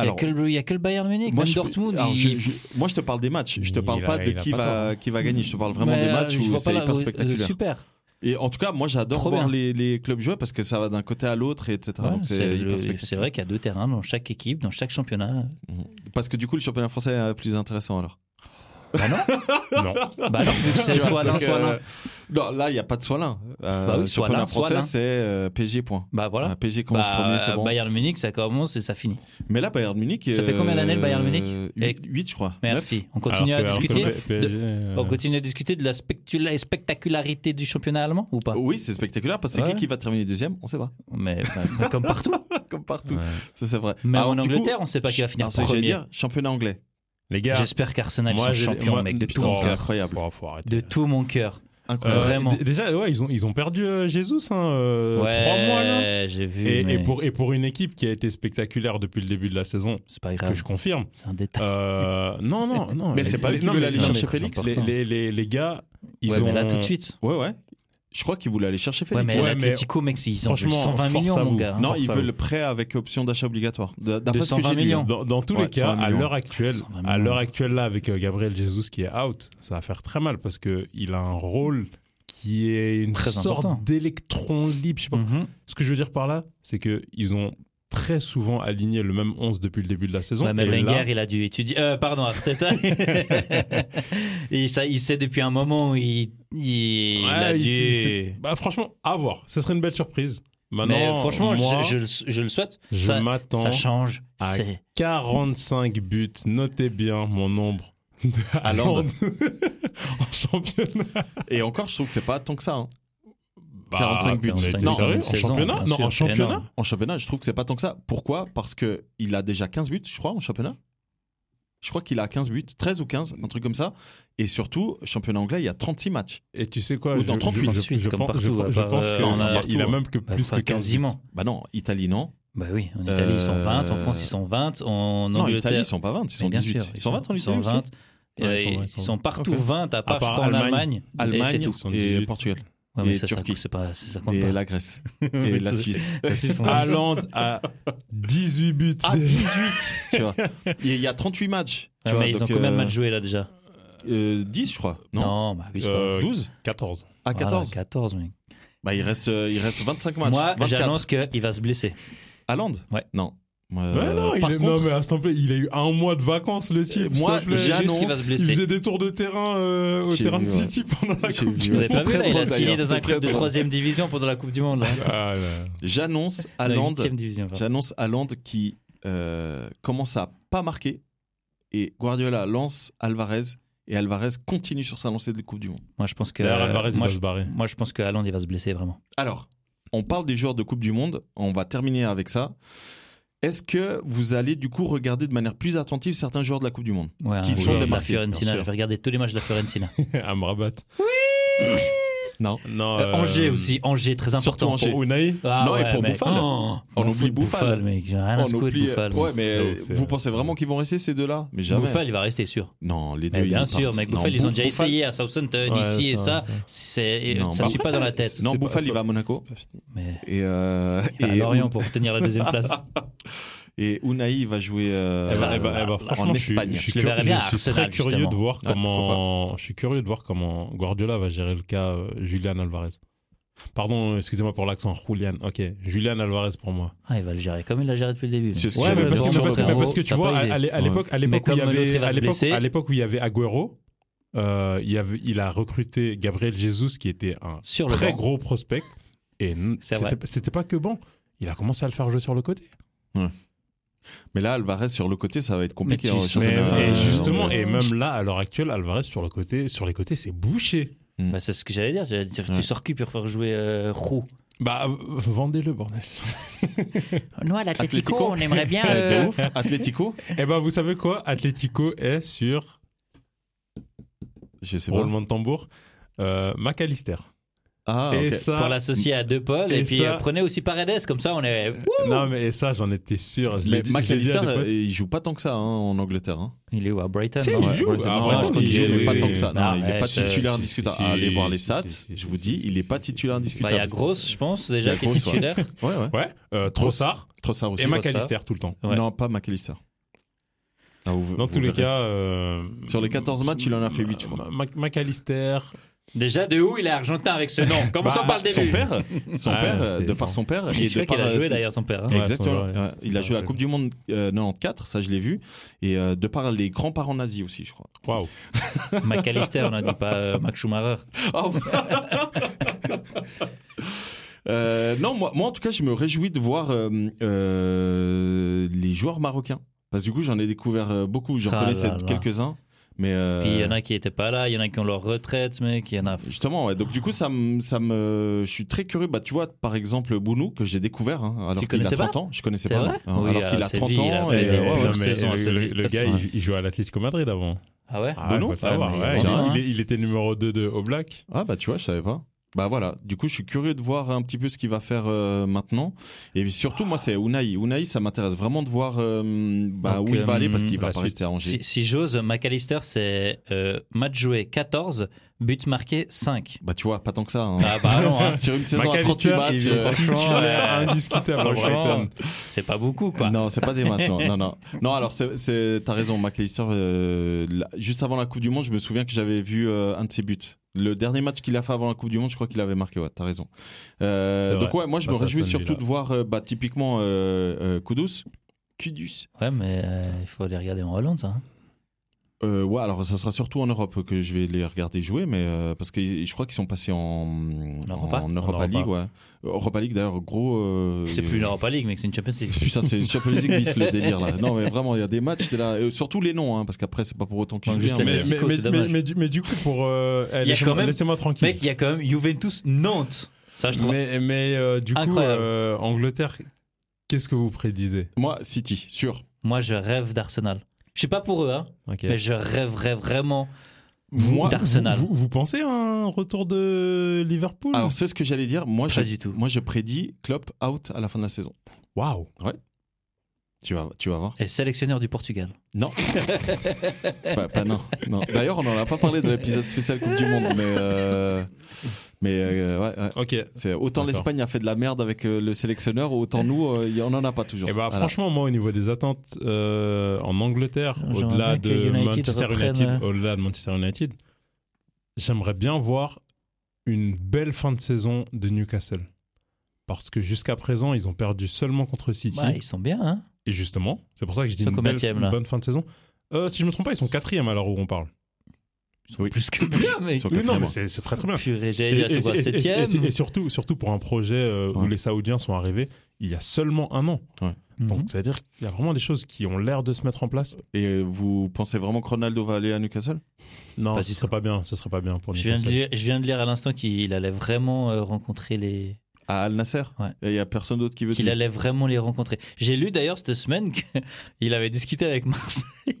Speaker 4: Il
Speaker 1: Alors,
Speaker 4: n'y a, que le Bayern Munich,
Speaker 1: moi,
Speaker 4: même
Speaker 1: je-
Speaker 4: Dortmund.
Speaker 1: alors,
Speaker 4: il-
Speaker 1: je- je- moi, je te parle des matchs. Je te
Speaker 2: Il
Speaker 1: parle
Speaker 2: a-
Speaker 1: pas de
Speaker 2: il a
Speaker 1: qui,
Speaker 2: pas hein.
Speaker 1: va, qui va gagner. Je te parle vraiment
Speaker 4: Mais,
Speaker 1: des
Speaker 4: euh,
Speaker 1: matchs
Speaker 4: je
Speaker 1: où
Speaker 4: vois pas
Speaker 1: c'est
Speaker 4: là-
Speaker 1: hyper
Speaker 4: où-
Speaker 1: spectaculaire.
Speaker 4: Super.
Speaker 1: Et en tout cas, moi j'adore
Speaker 4: Trop
Speaker 1: voir
Speaker 4: bien.
Speaker 1: les, les clubs jouer parce que ça va d'un côté à l'autre, et etc.
Speaker 4: Ouais,
Speaker 1: Donc
Speaker 4: c'est
Speaker 1: c'est
Speaker 4: le-
Speaker 1: hyper
Speaker 4: c'est
Speaker 1: spectaculaire.
Speaker 4: vrai qu'il y a deux terrains dans chaque équipe, dans
Speaker 1: (laughs)
Speaker 4: chaque championnat.
Speaker 1: Parce que du coup, le championnat français est plus intéressant alors.
Speaker 4: Bah non,
Speaker 2: (laughs) Non.
Speaker 4: bah non c'est
Speaker 1: Tu vois,
Speaker 4: soit l'un,
Speaker 1: donc,
Speaker 4: soit
Speaker 1: euh,
Speaker 4: l'un.
Speaker 1: Non, là, il n'y a pas de soit l'un. Euh,
Speaker 4: Bah oui,
Speaker 1: le
Speaker 4: soit
Speaker 1: championnat
Speaker 4: l'un, soit
Speaker 1: français,
Speaker 4: l'un.
Speaker 1: c'est euh, PG. Point.
Speaker 4: Bah voilà.
Speaker 1: Euh, PG commence
Speaker 4: Bah,
Speaker 1: premier, c'est bon.
Speaker 4: Bayern Munich, ça commence et ça finit.
Speaker 1: Mais là, Bayern Munich.
Speaker 4: Ça fait combien d'années, le Bayern Munich
Speaker 1: 8, je crois.
Speaker 4: Merci. On continue à
Speaker 2: Alors que-
Speaker 4: discuter.
Speaker 2: alors que le
Speaker 4: de-
Speaker 2: PSG, euh,
Speaker 4: On continue à discuter de la spectula- spectacularité du championnat allemand ou pas
Speaker 1: Neuf. Oui, c'est spectaculaire parce que c'est
Speaker 4: Ouais.
Speaker 1: qui qui va terminer deuxième On ne sait pas. (laughs)
Speaker 4: Mais bah, mais comme partout.
Speaker 1: Comme partout.
Speaker 2: Ouais.
Speaker 1: Ça, c'est vrai.
Speaker 4: Même
Speaker 1: Alors,
Speaker 4: en
Speaker 1: du coup,
Speaker 4: Angleterre, on ne sait pas qui va finir
Speaker 1: alors, ce que j'allais
Speaker 4: premier.
Speaker 1: dire, championnat anglais.
Speaker 2: Les gars,
Speaker 4: J'espère qu'Arsenal
Speaker 2: Moi,
Speaker 4: sont
Speaker 2: j'ai-
Speaker 4: champions,
Speaker 2: moi-
Speaker 4: mec, de tout
Speaker 1: Putain,
Speaker 2: Oh,
Speaker 4: mon
Speaker 1: c'est
Speaker 4: cœur.
Speaker 1: incroyable.
Speaker 2: Bon, faut arrêter.
Speaker 4: De tout mon cœur.
Speaker 2: Euh,
Speaker 1: Incroyable.
Speaker 4: Vraiment.
Speaker 2: d- Déjà, ouais, ils ont, ils ont perdu euh, Jésus, hein, euh,
Speaker 4: ouais,
Speaker 2: trois mois là.
Speaker 4: j'ai vu.
Speaker 2: Et, et
Speaker 4: mais
Speaker 2: pour, et pour une équipe qui a été spectaculaire depuis le début de la saison,
Speaker 4: C'est pas
Speaker 2: que
Speaker 4: grave,
Speaker 2: je confirme.
Speaker 4: c'est un détail.
Speaker 2: euh, non, non, non.
Speaker 1: Mais c'est pas eux qui
Speaker 2: non,
Speaker 1: veulent
Speaker 2: mais-
Speaker 1: aller
Speaker 2: non, mais
Speaker 1: chercher
Speaker 2: très
Speaker 1: Félix.
Speaker 2: important. Les, les, les, les gars, ils
Speaker 4: ouais,
Speaker 2: ont.
Speaker 4: mais là, tout de suite.
Speaker 1: Euh, Ouais, ouais. Je crois qu'ils voulaient aller chercher
Speaker 4: Ouais,
Speaker 1: Félix.
Speaker 4: mais
Speaker 2: Ouais, mais-
Speaker 4: l'Atletico, mec, ils ont
Speaker 2: Franchement,
Speaker 4: vu 120
Speaker 2: force
Speaker 4: millions,
Speaker 2: à
Speaker 4: mon
Speaker 2: vous.
Speaker 4: gars. hein.
Speaker 1: Non,
Speaker 2: Force
Speaker 1: ils
Speaker 2: à
Speaker 1: veulent
Speaker 2: vous.
Speaker 1: le prêt avec option d'achat obligatoire. D- D'après
Speaker 4: De
Speaker 1: ce que
Speaker 4: 120
Speaker 1: j'ai lu,
Speaker 4: millions.
Speaker 2: Dans, dans tous
Speaker 1: Ouais,
Speaker 2: les cas,
Speaker 1: 120
Speaker 2: à
Speaker 1: millions.
Speaker 2: l'heure actuelle,
Speaker 4: 120 millions.
Speaker 2: à l'heure actuelle là, avec euh, Gabriel Jesus qui est out, ça va faire très mal parce que il a un rôle qui est une
Speaker 4: Très
Speaker 2: sorte
Speaker 4: important.
Speaker 2: d'électron libre. Je sais pas.
Speaker 4: Mhm.
Speaker 2: Ce que je veux dire par là, c'est que ils ont très souvent aligné le même 11 depuis le début de la saison.
Speaker 4: Ouais, mais
Speaker 2: Et là-
Speaker 4: Wenger, il a dû étudier. Euh, pardon, Arteta. (laughs) il, ça, il sait depuis un moment où il, il, il a
Speaker 2: Ouais,
Speaker 4: dû.
Speaker 2: il- c'est- c'est- bah, franchement, à voir. Ce serait une belle surprise. Maintenant,
Speaker 4: mais franchement, je-
Speaker 2: moi,
Speaker 4: je, le- je le souhaite.
Speaker 2: je
Speaker 4: ça,
Speaker 2: m'attends
Speaker 4: ça change.
Speaker 2: à-
Speaker 4: C'est
Speaker 2: 45 buts. Notez bien mon nombre de
Speaker 1: Haaland.
Speaker 2: Haaland (laughs) en championnat.
Speaker 1: Et encore, je trouve que c'est pas tant que ça. hein.
Speaker 2: Bah,
Speaker 1: 45 buts.
Speaker 2: mais t'es
Speaker 1: Non,
Speaker 2: sérieux
Speaker 4: en
Speaker 2: en
Speaker 4: saison,
Speaker 2: championnat
Speaker 4: bien
Speaker 2: Non,
Speaker 4: sûr,
Speaker 2: en
Speaker 4: c'est
Speaker 2: championnat
Speaker 4: énorme.
Speaker 1: En championnat, je trouve que c'est pas tant que ça. Pourquoi Parce que il a déjà 15 buts, je crois, en championnat. Je crois qu'il a 15 buts, 13 ou 15, un truc comme ça. Et surtout, championnat anglais, il y a 36 matchs.
Speaker 2: Et tu sais quoi
Speaker 1: Ou dans 38.
Speaker 2: je,
Speaker 4: Suite, comme
Speaker 2: pense-
Speaker 4: partout,
Speaker 2: je pense-
Speaker 4: ouais,
Speaker 2: je
Speaker 4: par-
Speaker 2: pense
Speaker 4: euh,
Speaker 2: qu'il
Speaker 4: on a-
Speaker 2: a, il a même que
Speaker 4: Bah,
Speaker 2: plus que
Speaker 4: pas
Speaker 2: 15
Speaker 4: quasiment.
Speaker 1: Bah non, Italie, non.
Speaker 4: Bah oui, en Italie ils sont
Speaker 2: Euh,
Speaker 4: 20, en France ils sont 20, en
Speaker 1: non, Italie,
Speaker 4: Angleterre
Speaker 1: ils sont pas 20, ils sont
Speaker 4: Mais bien
Speaker 1: 18.
Speaker 4: sûr,
Speaker 1: ils sont 20 en Italie
Speaker 4: ils sont
Speaker 1: aussi
Speaker 4: 20.
Speaker 2: Ouais,
Speaker 4: Euh,
Speaker 2: ils sont
Speaker 4: ils,
Speaker 2: vingt, ils
Speaker 4: ils
Speaker 2: sont
Speaker 4: sont
Speaker 2: vingt.
Speaker 4: partout
Speaker 2: Ok.
Speaker 4: 20, à part,
Speaker 2: part
Speaker 4: je crois, en Allemagne.
Speaker 2: Allemagne.
Speaker 4: Et c'est
Speaker 1: Allemagne
Speaker 4: tout.
Speaker 1: et
Speaker 2: 78.
Speaker 1: Portugal.
Speaker 4: Ouais, mais
Speaker 1: et
Speaker 4: ça, ça,
Speaker 1: Turquie.
Speaker 4: c'est pas, ça, ça compte
Speaker 1: Et
Speaker 4: pas.
Speaker 1: la
Speaker 4: (laughs)
Speaker 1: Grèce.
Speaker 4: Ouais,
Speaker 1: Et la
Speaker 4: ça-
Speaker 1: Suisse.
Speaker 4: ça, c'est son-
Speaker 2: Haaland à 18 buts.
Speaker 4: (laughs)
Speaker 1: Ah,
Speaker 2: déjà.
Speaker 1: 18 tu vois. Il y a 38 matchs. tu
Speaker 4: Ouais,
Speaker 1: vois,
Speaker 4: mais ils ont
Speaker 1: donc,
Speaker 4: combien de
Speaker 1: euh,
Speaker 4: matchs joués là déjà
Speaker 1: euh, 10, je crois. Non,
Speaker 4: Non, bah oui, c'est
Speaker 2: Euh,
Speaker 4: pas-
Speaker 1: 12
Speaker 2: 14.
Speaker 1: à
Speaker 4: voilà,
Speaker 1: 14.
Speaker 4: 14, oui.
Speaker 1: Bah, il reste, euh, il reste 25 matchs.
Speaker 4: Moi,
Speaker 1: 24.
Speaker 4: j'annonce qu'il va se blesser.
Speaker 1: Haaland
Speaker 4: Ouais.
Speaker 1: Non.
Speaker 2: Ouais,
Speaker 1: Euh,
Speaker 2: non, il
Speaker 1: par
Speaker 2: est- non,
Speaker 1: contre, Euh,
Speaker 2: mais à ce plaît, il a eu un mois de vacances, le type.
Speaker 1: moi,
Speaker 2: s'il te plaît.
Speaker 4: Juste qu'il va se
Speaker 1: j'annonce,
Speaker 2: il
Speaker 4: blesser.
Speaker 2: faisait des tours de terrain euh, au
Speaker 1: J'ai
Speaker 2: terrain
Speaker 1: vu,
Speaker 2: de
Speaker 1: ouais.
Speaker 2: City pendant la
Speaker 1: J'ai
Speaker 2: Coupe
Speaker 1: vu,
Speaker 2: du
Speaker 1: ouais.
Speaker 4: Vous
Speaker 2: Monde.
Speaker 4: avez (laughs) pas
Speaker 1: très
Speaker 4: vu là, Il
Speaker 1: drôle,
Speaker 4: a signé
Speaker 1: d'ailleurs,
Speaker 4: dans
Speaker 1: c'est
Speaker 4: un club
Speaker 1: très
Speaker 4: de
Speaker 1: drôle.
Speaker 4: 3ème division pendant la Coupe du Monde. là.
Speaker 2: Ah, là.
Speaker 1: j'annonce
Speaker 4: Non,
Speaker 1: Haaland.
Speaker 4: 8e division. pardon.
Speaker 1: J'annonce Haaland qui euh, commence à pas marquer. Et Guardiola lance Alvarez. Et Alvarez continue sur sa lancée de Coupe du Monde.
Speaker 4: Moi, je pense que.
Speaker 2: D'ailleurs, Alvarez, il
Speaker 4: moi,
Speaker 2: va
Speaker 4: je,
Speaker 2: se barrer.
Speaker 4: moi, je pense que Haaland, il va se blesser vraiment.
Speaker 1: Alors, on parle des joueurs de Coupe du Monde. On va terminer avec ça. Est-ce que vous allez du coup regarder de manière plus attentive certains joueurs de la Coupe du Monde
Speaker 4: Ouais,
Speaker 1: Qui
Speaker 4: un
Speaker 1: sont
Speaker 4: joueur de la
Speaker 1: démarqués, bien
Speaker 4: Fiorentina.
Speaker 1: sûr.
Speaker 4: Je vais regarder tous les matchs de la Fiorentina.
Speaker 2: (laughs) Amrabat.
Speaker 1: Non.
Speaker 2: Non,
Speaker 4: Euh,
Speaker 2: euh,
Speaker 4: Angers aussi. Angers, très
Speaker 1: surtout
Speaker 4: important.
Speaker 1: Angers.
Speaker 2: Pour Unai eh ben,
Speaker 4: Ah
Speaker 1: Non, et
Speaker 4: ouais,
Speaker 1: pour
Speaker 4: mec.
Speaker 1: Bouffal.
Speaker 4: Oh,
Speaker 1: On
Speaker 4: m'en
Speaker 1: oublie
Speaker 4: fous de
Speaker 1: Bouffal.
Speaker 4: mec. J'ai rien à
Speaker 1: On
Speaker 4: secouer de
Speaker 1: oublie-
Speaker 4: Bouffal.
Speaker 1: euh,
Speaker 4: Ah
Speaker 1: Ouais, mais
Speaker 2: Non, c'est-
Speaker 1: vous pensez vraiment qu'ils vont rester ces deux-là Mais jamais.
Speaker 4: Bouffal, il va rester sûr.
Speaker 1: Non, les deux.
Speaker 4: Mais
Speaker 1: ils
Speaker 4: bien
Speaker 1: partent.
Speaker 4: sûr, mec.
Speaker 1: Non,
Speaker 4: Bouffal, ils ont déjà
Speaker 1: Bouffal-
Speaker 4: essayé à Southampton,
Speaker 2: Ouais,
Speaker 4: ici et
Speaker 2: ça,
Speaker 4: ça.
Speaker 2: ça.
Speaker 4: c'est-
Speaker 1: Non,
Speaker 4: Ça
Speaker 1: bah,
Speaker 4: suit pas dans la tête.
Speaker 1: Non,
Speaker 2: C'est pas-
Speaker 1: Bouffal, il
Speaker 2: ça-
Speaker 1: va à Monaco.
Speaker 4: Mais
Speaker 1: Et, euh,
Speaker 4: à
Speaker 1: et,
Speaker 4: Lorient pour tenir la deuxième place.
Speaker 1: et Unai il va jouer euh,
Speaker 2: Eh ben, eh ben, eh ben,
Speaker 1: en
Speaker 2: franchement, je suis-
Speaker 1: Espagne.
Speaker 2: Je suis,
Speaker 4: Je le
Speaker 2: cur-
Speaker 4: verrais bien
Speaker 2: je
Speaker 4: à
Speaker 2: suis
Speaker 4: Arsenal,
Speaker 2: très curieux
Speaker 4: justement.
Speaker 2: de voir
Speaker 1: Ah,
Speaker 2: comment. je suis curieux de voir comment Guardiola va gérer le cas euh, Julian Alvarez. Pardon, excusez-moi pour l'accent, Julian. Ok, Julian Alvarez pour moi.
Speaker 4: Ah, il va le gérer comme il l'a géré depuis le début.
Speaker 1: C'est ce que
Speaker 4: mec.
Speaker 1: Ouais, mais
Speaker 2: mais parce,
Speaker 1: parce
Speaker 2: que,
Speaker 1: que- parce que-
Speaker 2: tu vois, à, à l'é- à
Speaker 1: Ouais.
Speaker 2: l'époque, à
Speaker 4: Mais
Speaker 2: l'époque où
Speaker 4: comme
Speaker 2: il y
Speaker 4: l'autre, il
Speaker 2: avait,
Speaker 4: va
Speaker 2: à
Speaker 4: se
Speaker 2: l'époque-
Speaker 4: blesser.
Speaker 2: à l'époque où il y avait Agüero, euh, il, y avait, il a recruté Gabriel Jesus qui était un
Speaker 4: Sur le
Speaker 2: très
Speaker 4: banc.
Speaker 2: gros prospect. Et n-
Speaker 4: C'est vrai.
Speaker 2: c'était c'était pas que bon. Il a commencé à le faire jouer sur le côté.
Speaker 1: Mais là, Alvarez sur le côté, ça va être compliqué.
Speaker 4: Mais tu-
Speaker 1: hein, sur
Speaker 2: Mais,
Speaker 1: le-
Speaker 4: ouais,
Speaker 2: et
Speaker 1: euh,
Speaker 2: justement,
Speaker 1: donc,
Speaker 2: et même là, à l'heure actuelle, Alvarez sur le côté, sur les côtés, c'est bouché.
Speaker 4: Bah, c'est ce que j'allais dire. J'allais dire,
Speaker 1: Ouais.
Speaker 4: tu sors qui pour faire jouer euh, Roux
Speaker 2: Bah, euh, vendez-le, bordel.
Speaker 4: Nous, à
Speaker 1: l'Atlético, Atlético. on
Speaker 4: aimerait
Speaker 1: (laughs)
Speaker 4: bien.
Speaker 1: euh, de ouf. Atlético,
Speaker 2: Eh ben, vous savez quoi Atlético est sur
Speaker 1: je sais pas.
Speaker 2: roulement de tambour. Euh, McAllister.
Speaker 1: Ah, ok.
Speaker 2: Et ça,
Speaker 4: Pour l'associer à deux Paul. Et,
Speaker 2: Et
Speaker 4: puis,
Speaker 2: ça-
Speaker 4: euh, prenez aussi Paredes. Comme ça, on est.
Speaker 2: non mais et ça, j'en étais sûr. Je l'ai
Speaker 1: Mais
Speaker 2: dit- je l'ai dit à
Speaker 1: McAllister,
Speaker 2: des potes.
Speaker 1: il joue pas tant que ça hein, en Angleterre. hein.
Speaker 4: Il est où À Brighton
Speaker 2: Si,
Speaker 4: non
Speaker 2: il
Speaker 1: Ouais,
Speaker 2: joue.
Speaker 1: ouais,
Speaker 2: Ah,
Speaker 1: non,
Speaker 2: vraiment,
Speaker 1: je crois qu'il
Speaker 2: il
Speaker 1: joue, mais
Speaker 2: joue,
Speaker 1: pas
Speaker 2: oui,
Speaker 1: tant
Speaker 2: oui.
Speaker 1: que ça.
Speaker 4: Non,
Speaker 1: Non, il n'est
Speaker 4: ouais,
Speaker 1: pas
Speaker 4: c'est-
Speaker 1: titulaire
Speaker 2: si,
Speaker 1: indiscutable.
Speaker 2: si, si,
Speaker 1: Allez voir les
Speaker 2: si,
Speaker 1: stats.
Speaker 2: si, si,
Speaker 1: Je
Speaker 2: si,
Speaker 1: vous
Speaker 2: si,
Speaker 1: dis,
Speaker 2: si,
Speaker 1: il n'est
Speaker 2: si,
Speaker 1: pas
Speaker 2: si,
Speaker 1: titulaire
Speaker 2: si, si.
Speaker 4: Bah, il y a
Speaker 1: indiscutable.
Speaker 4: Grosse, je pense,
Speaker 1: Il
Speaker 4: déjà,
Speaker 1: y a
Speaker 4: qui est
Speaker 1: Gross, ouais.
Speaker 4: titulaire.
Speaker 1: Ouais, ouais.
Speaker 2: Ouais. euh, Trossard
Speaker 1: Trossard aussi.
Speaker 2: et
Speaker 4: Trossard.
Speaker 2: McAllister tout le temps.
Speaker 4: Ouais.
Speaker 1: Non, pas McAllister. Ah, vous-
Speaker 2: Dans
Speaker 1: vous
Speaker 2: tous les
Speaker 1: verrez.
Speaker 2: cas. euh,
Speaker 1: Sur les 14 matchs, il en a fait huit, je crois.
Speaker 2: Ma- Ma- McAllister.
Speaker 4: Déjà, de où il est argentin avec ce nom Comment
Speaker 2: Bah,
Speaker 4: on parle
Speaker 1: Son
Speaker 4: début
Speaker 1: père, son
Speaker 2: Ouais,
Speaker 1: père euh,
Speaker 2: Ah, c'est
Speaker 1: de par son père et
Speaker 4: Je
Speaker 1: de
Speaker 4: crois
Speaker 1: par
Speaker 4: qu'il a
Speaker 1: euh,
Speaker 4: joué
Speaker 1: ses-
Speaker 4: d'ailleurs son père. hein.
Speaker 2: Ouais,
Speaker 1: Exactement.
Speaker 2: son joueur,
Speaker 1: Ouais,
Speaker 2: ouais.
Speaker 1: Il a joué la Coupe du Monde euh, 94, ça je l'ai vu, et euh, de par les grands-parents nazis aussi, je crois.
Speaker 2: Waouh.
Speaker 4: McAllister, on n'a dit pas euh, Max Schumacher. (laughs)
Speaker 1: Euh, non, moi, moi en tout cas, je me réjouis de voir euh, euh, les joueurs marocains. Parce que du coup, j'en ai découvert euh, beaucoup. J'en
Speaker 4: Ah
Speaker 1: connaissais
Speaker 4: là là.
Speaker 1: quelques-uns. Mais euh,
Speaker 4: Puis il y en a qui n'étaient pas là, il y en a qui ont leur retraite, mec. Il y en a.
Speaker 1: justement, ouais. donc du coup, ça me, ça me, je suis très curieux. Bah, tu vois, par exemple, Bounou, que j'ai découvert hein, alors
Speaker 4: Tu
Speaker 1: qu'il a
Speaker 4: connaissais
Speaker 1: 30
Speaker 4: pas
Speaker 1: ans. Je connaissais
Speaker 4: C'est
Speaker 1: pas.
Speaker 4: vrai
Speaker 1: non.
Speaker 4: Oui,
Speaker 1: alors qu'il
Speaker 4: à
Speaker 1: a 30
Speaker 4: Séville, il a
Speaker 1: ans.
Speaker 4: fait
Speaker 1: et, euh,
Speaker 4: des-
Speaker 1: ouais,
Speaker 2: Non,
Speaker 1: ouais.
Speaker 2: mais
Speaker 4: saison,
Speaker 2: le-
Speaker 4: saison.
Speaker 2: le, le gars,
Speaker 4: Ouais.
Speaker 2: il, il jouait à l'Atlético Madrid avant.
Speaker 4: Ah ouais
Speaker 2: Ah,
Speaker 1: Bono
Speaker 2: faut savoir,
Speaker 4: Ouais,
Speaker 2: ouais.
Speaker 4: mais il est bon,
Speaker 2: il, il- il était numéro 2 de
Speaker 4: (laughs)
Speaker 2: Oblak.
Speaker 1: Ah bah tu vois, je savais pas. Bah voilà, du coup je suis curieux de voir un petit peu ce qu'il va faire euh, maintenant. Et puis surtout moi c'est Unai. Unai ça m'intéresse vraiment de voir euh, bah,
Speaker 4: Donc,
Speaker 1: où il va
Speaker 4: euh,
Speaker 1: aller parce qu'il va
Speaker 2: la
Speaker 1: pas
Speaker 2: suite.
Speaker 1: rester à Angers.
Speaker 4: Si, si j'ose, McAllister, c'est euh, match joué 14, but marqué 5.
Speaker 1: Bah tu vois, pas tant que
Speaker 2: (laughs)
Speaker 1: ça. hein.
Speaker 4: Ah bah
Speaker 1: (laughs)
Speaker 4: non, hein.
Speaker 1: Sur une saison à 38
Speaker 2: McAllister,
Speaker 1: matchs.
Speaker 2: il
Speaker 1: euh,
Speaker 2: est titulaire
Speaker 4: ouais.
Speaker 2: indiscutable à
Speaker 4: Franchement,
Speaker 2: Brighton.
Speaker 4: c'est pas beaucoup quoi.
Speaker 1: Non, c'est pas des masses, non. non,
Speaker 2: (laughs)
Speaker 1: non. Non, alors, c'est- c'est- t'as raison, McAllister, euh, là- juste avant la Coupe du Monde, je me souviens que j'avais vu euh, un de ses buts. Le dernier match qu'il a fait avant la Coupe du Monde, je crois qu'il avait marqué, ouais, t'as raison. Euh,
Speaker 2: C'est
Speaker 1: donc,
Speaker 2: vrai. Bah,
Speaker 1: ouais, moi, je
Speaker 2: Face
Speaker 1: me
Speaker 2: à
Speaker 1: réjouis
Speaker 2: Aston
Speaker 1: surtout
Speaker 2: Villa.
Speaker 1: de voir, euh, bah, typiquement, euh, euh, Kudus. Kudus
Speaker 4: Ouais, mais euh, il faut les regarder en Hollande, ça. hein.
Speaker 1: Euh, ouais, alors ça sera surtout en Europe que je vais les regarder jouer, mais euh, parce que je crois qu'ils sont passés en, en,
Speaker 4: Europa
Speaker 1: Europa
Speaker 2: En Europa.
Speaker 1: League, ouais. Europa League d'ailleurs, gros. euh,
Speaker 4: C'est plus une Europa League, mec, c'est une Champions League.
Speaker 1: Putain, c'est Champions League bis le délire là. Non,
Speaker 4: (laughs)
Speaker 1: mais vraiment, il y a des matchs, t'es là. Et surtout les noms, hein, parce qu'après, c'est pas pour autant qu'ils
Speaker 4: Donc,
Speaker 1: jouent
Speaker 4: juste
Speaker 1: bien. Mais...
Speaker 2: Mais,
Speaker 4: les
Speaker 2: mais,
Speaker 4: Atlético,
Speaker 2: mais-
Speaker 4: c'est dommage.
Speaker 2: mais- mais du, mais du coup, pour. euh, eh,
Speaker 4: quand
Speaker 2: Laissez-moi
Speaker 4: même-
Speaker 2: laissez-moi tranquille.
Speaker 4: Mec, il y a quand même Juventus Nantes. Ça, je trouve.
Speaker 2: mais mais, euh, du coup,
Speaker 4: Incroyable.
Speaker 2: euh, Angleterre, qu'est-ce que vous prédisez
Speaker 1: Moi, City, sûr.
Speaker 4: Moi, je rêve d'Arsenal. Je sais pas pour eux, hein,
Speaker 2: Ok.
Speaker 4: mais je rêverais vraiment.
Speaker 2: Moi,
Speaker 4: d'Arsenal.
Speaker 2: Vous, vous- vous pensez à un retour de Liverpool
Speaker 1: Alors, c'est ce que j'allais dire. Moi,
Speaker 4: Pas
Speaker 1: je,
Speaker 4: du tout.
Speaker 1: moi, je prédis Klopp out à la fin de la saison.
Speaker 2: Waouh
Speaker 1: Tu vas, tu vas
Speaker 4: (laughs)
Speaker 1: voir.
Speaker 4: Et sélectionneur du Portugal.
Speaker 1: Non. pas, pas non. non. D'ailleurs, on n'en a pas parlé dans l'épisode spécial Coupe du Monde, mais. euh, mais euh, ouais, ouais.
Speaker 2: Ok.
Speaker 1: C'est, autant
Speaker 2: D'accord.
Speaker 1: l'Espagne a fait de la merde avec euh, le sélectionneur, autant nous, euh, y- on n'en a pas toujours.
Speaker 4: Eh ben,
Speaker 2: Et bah,
Speaker 1: Voilà.
Speaker 2: franchement, moi, au niveau des attentes euh, en Angleterre,
Speaker 4: J'aimerais
Speaker 2: au-delà
Speaker 4: bien que
Speaker 2: de,
Speaker 4: United
Speaker 2: Manchester
Speaker 4: reprenne,
Speaker 2: United,
Speaker 4: euh.
Speaker 2: au-delà de Manchester United, j'aimerais bien voir une belle fin de saison de Newcastle. Parce que jusqu'à présent, ils ont perdu seulement contre City.
Speaker 4: Ouais, ils sont bien, hein
Speaker 2: Et justement, c'est pour ça que je dis
Speaker 4: Ils sont
Speaker 2: une, belle-
Speaker 4: combattièmes,
Speaker 2: une
Speaker 4: là
Speaker 2: bonne fin de saison. Euh, si je me trompe pas, ils sont quatrième à l'heure où on parle.
Speaker 1: Oui. (laughs)
Speaker 4: Plus que bien, mais.
Speaker 1: Ils sont
Speaker 2: Oui, non,
Speaker 1: quatrième.
Speaker 2: mais c'est c'est très très bien.
Speaker 4: Purée, j'allais dire, c'est quoi, septième
Speaker 2: et- et- et surtout, surtout pour un projet euh, où
Speaker 1: Ouais.
Speaker 2: les Saoudiens sont arrivés il y a seulement un an.
Speaker 4: Mhm.
Speaker 2: Donc, c'est-à-dire qu'il y a vraiment des choses qui ont l'air de se mettre en place.
Speaker 1: Et vous pensez vraiment que Ronaldo va aller à Newcastle
Speaker 2: Non,
Speaker 4: Pas
Speaker 2: ce
Speaker 4: du
Speaker 2: serait pas bien. Ce serait pas bien pour
Speaker 4: Bah, Je viens, de
Speaker 2: Newcastle.
Speaker 4: lire, je viens de lire à l'instant qu'il allait vraiment euh, rencontrer les.
Speaker 1: À Al Nasser
Speaker 4: Ouais.
Speaker 1: Et il n'y a personne d'autre qui veut
Speaker 4: Qu'il
Speaker 1: de lui.
Speaker 4: allait vraiment les rencontrer. J'ai lu d'ailleurs cette semaine (laughs) qu'il avait discuté avec Marseille.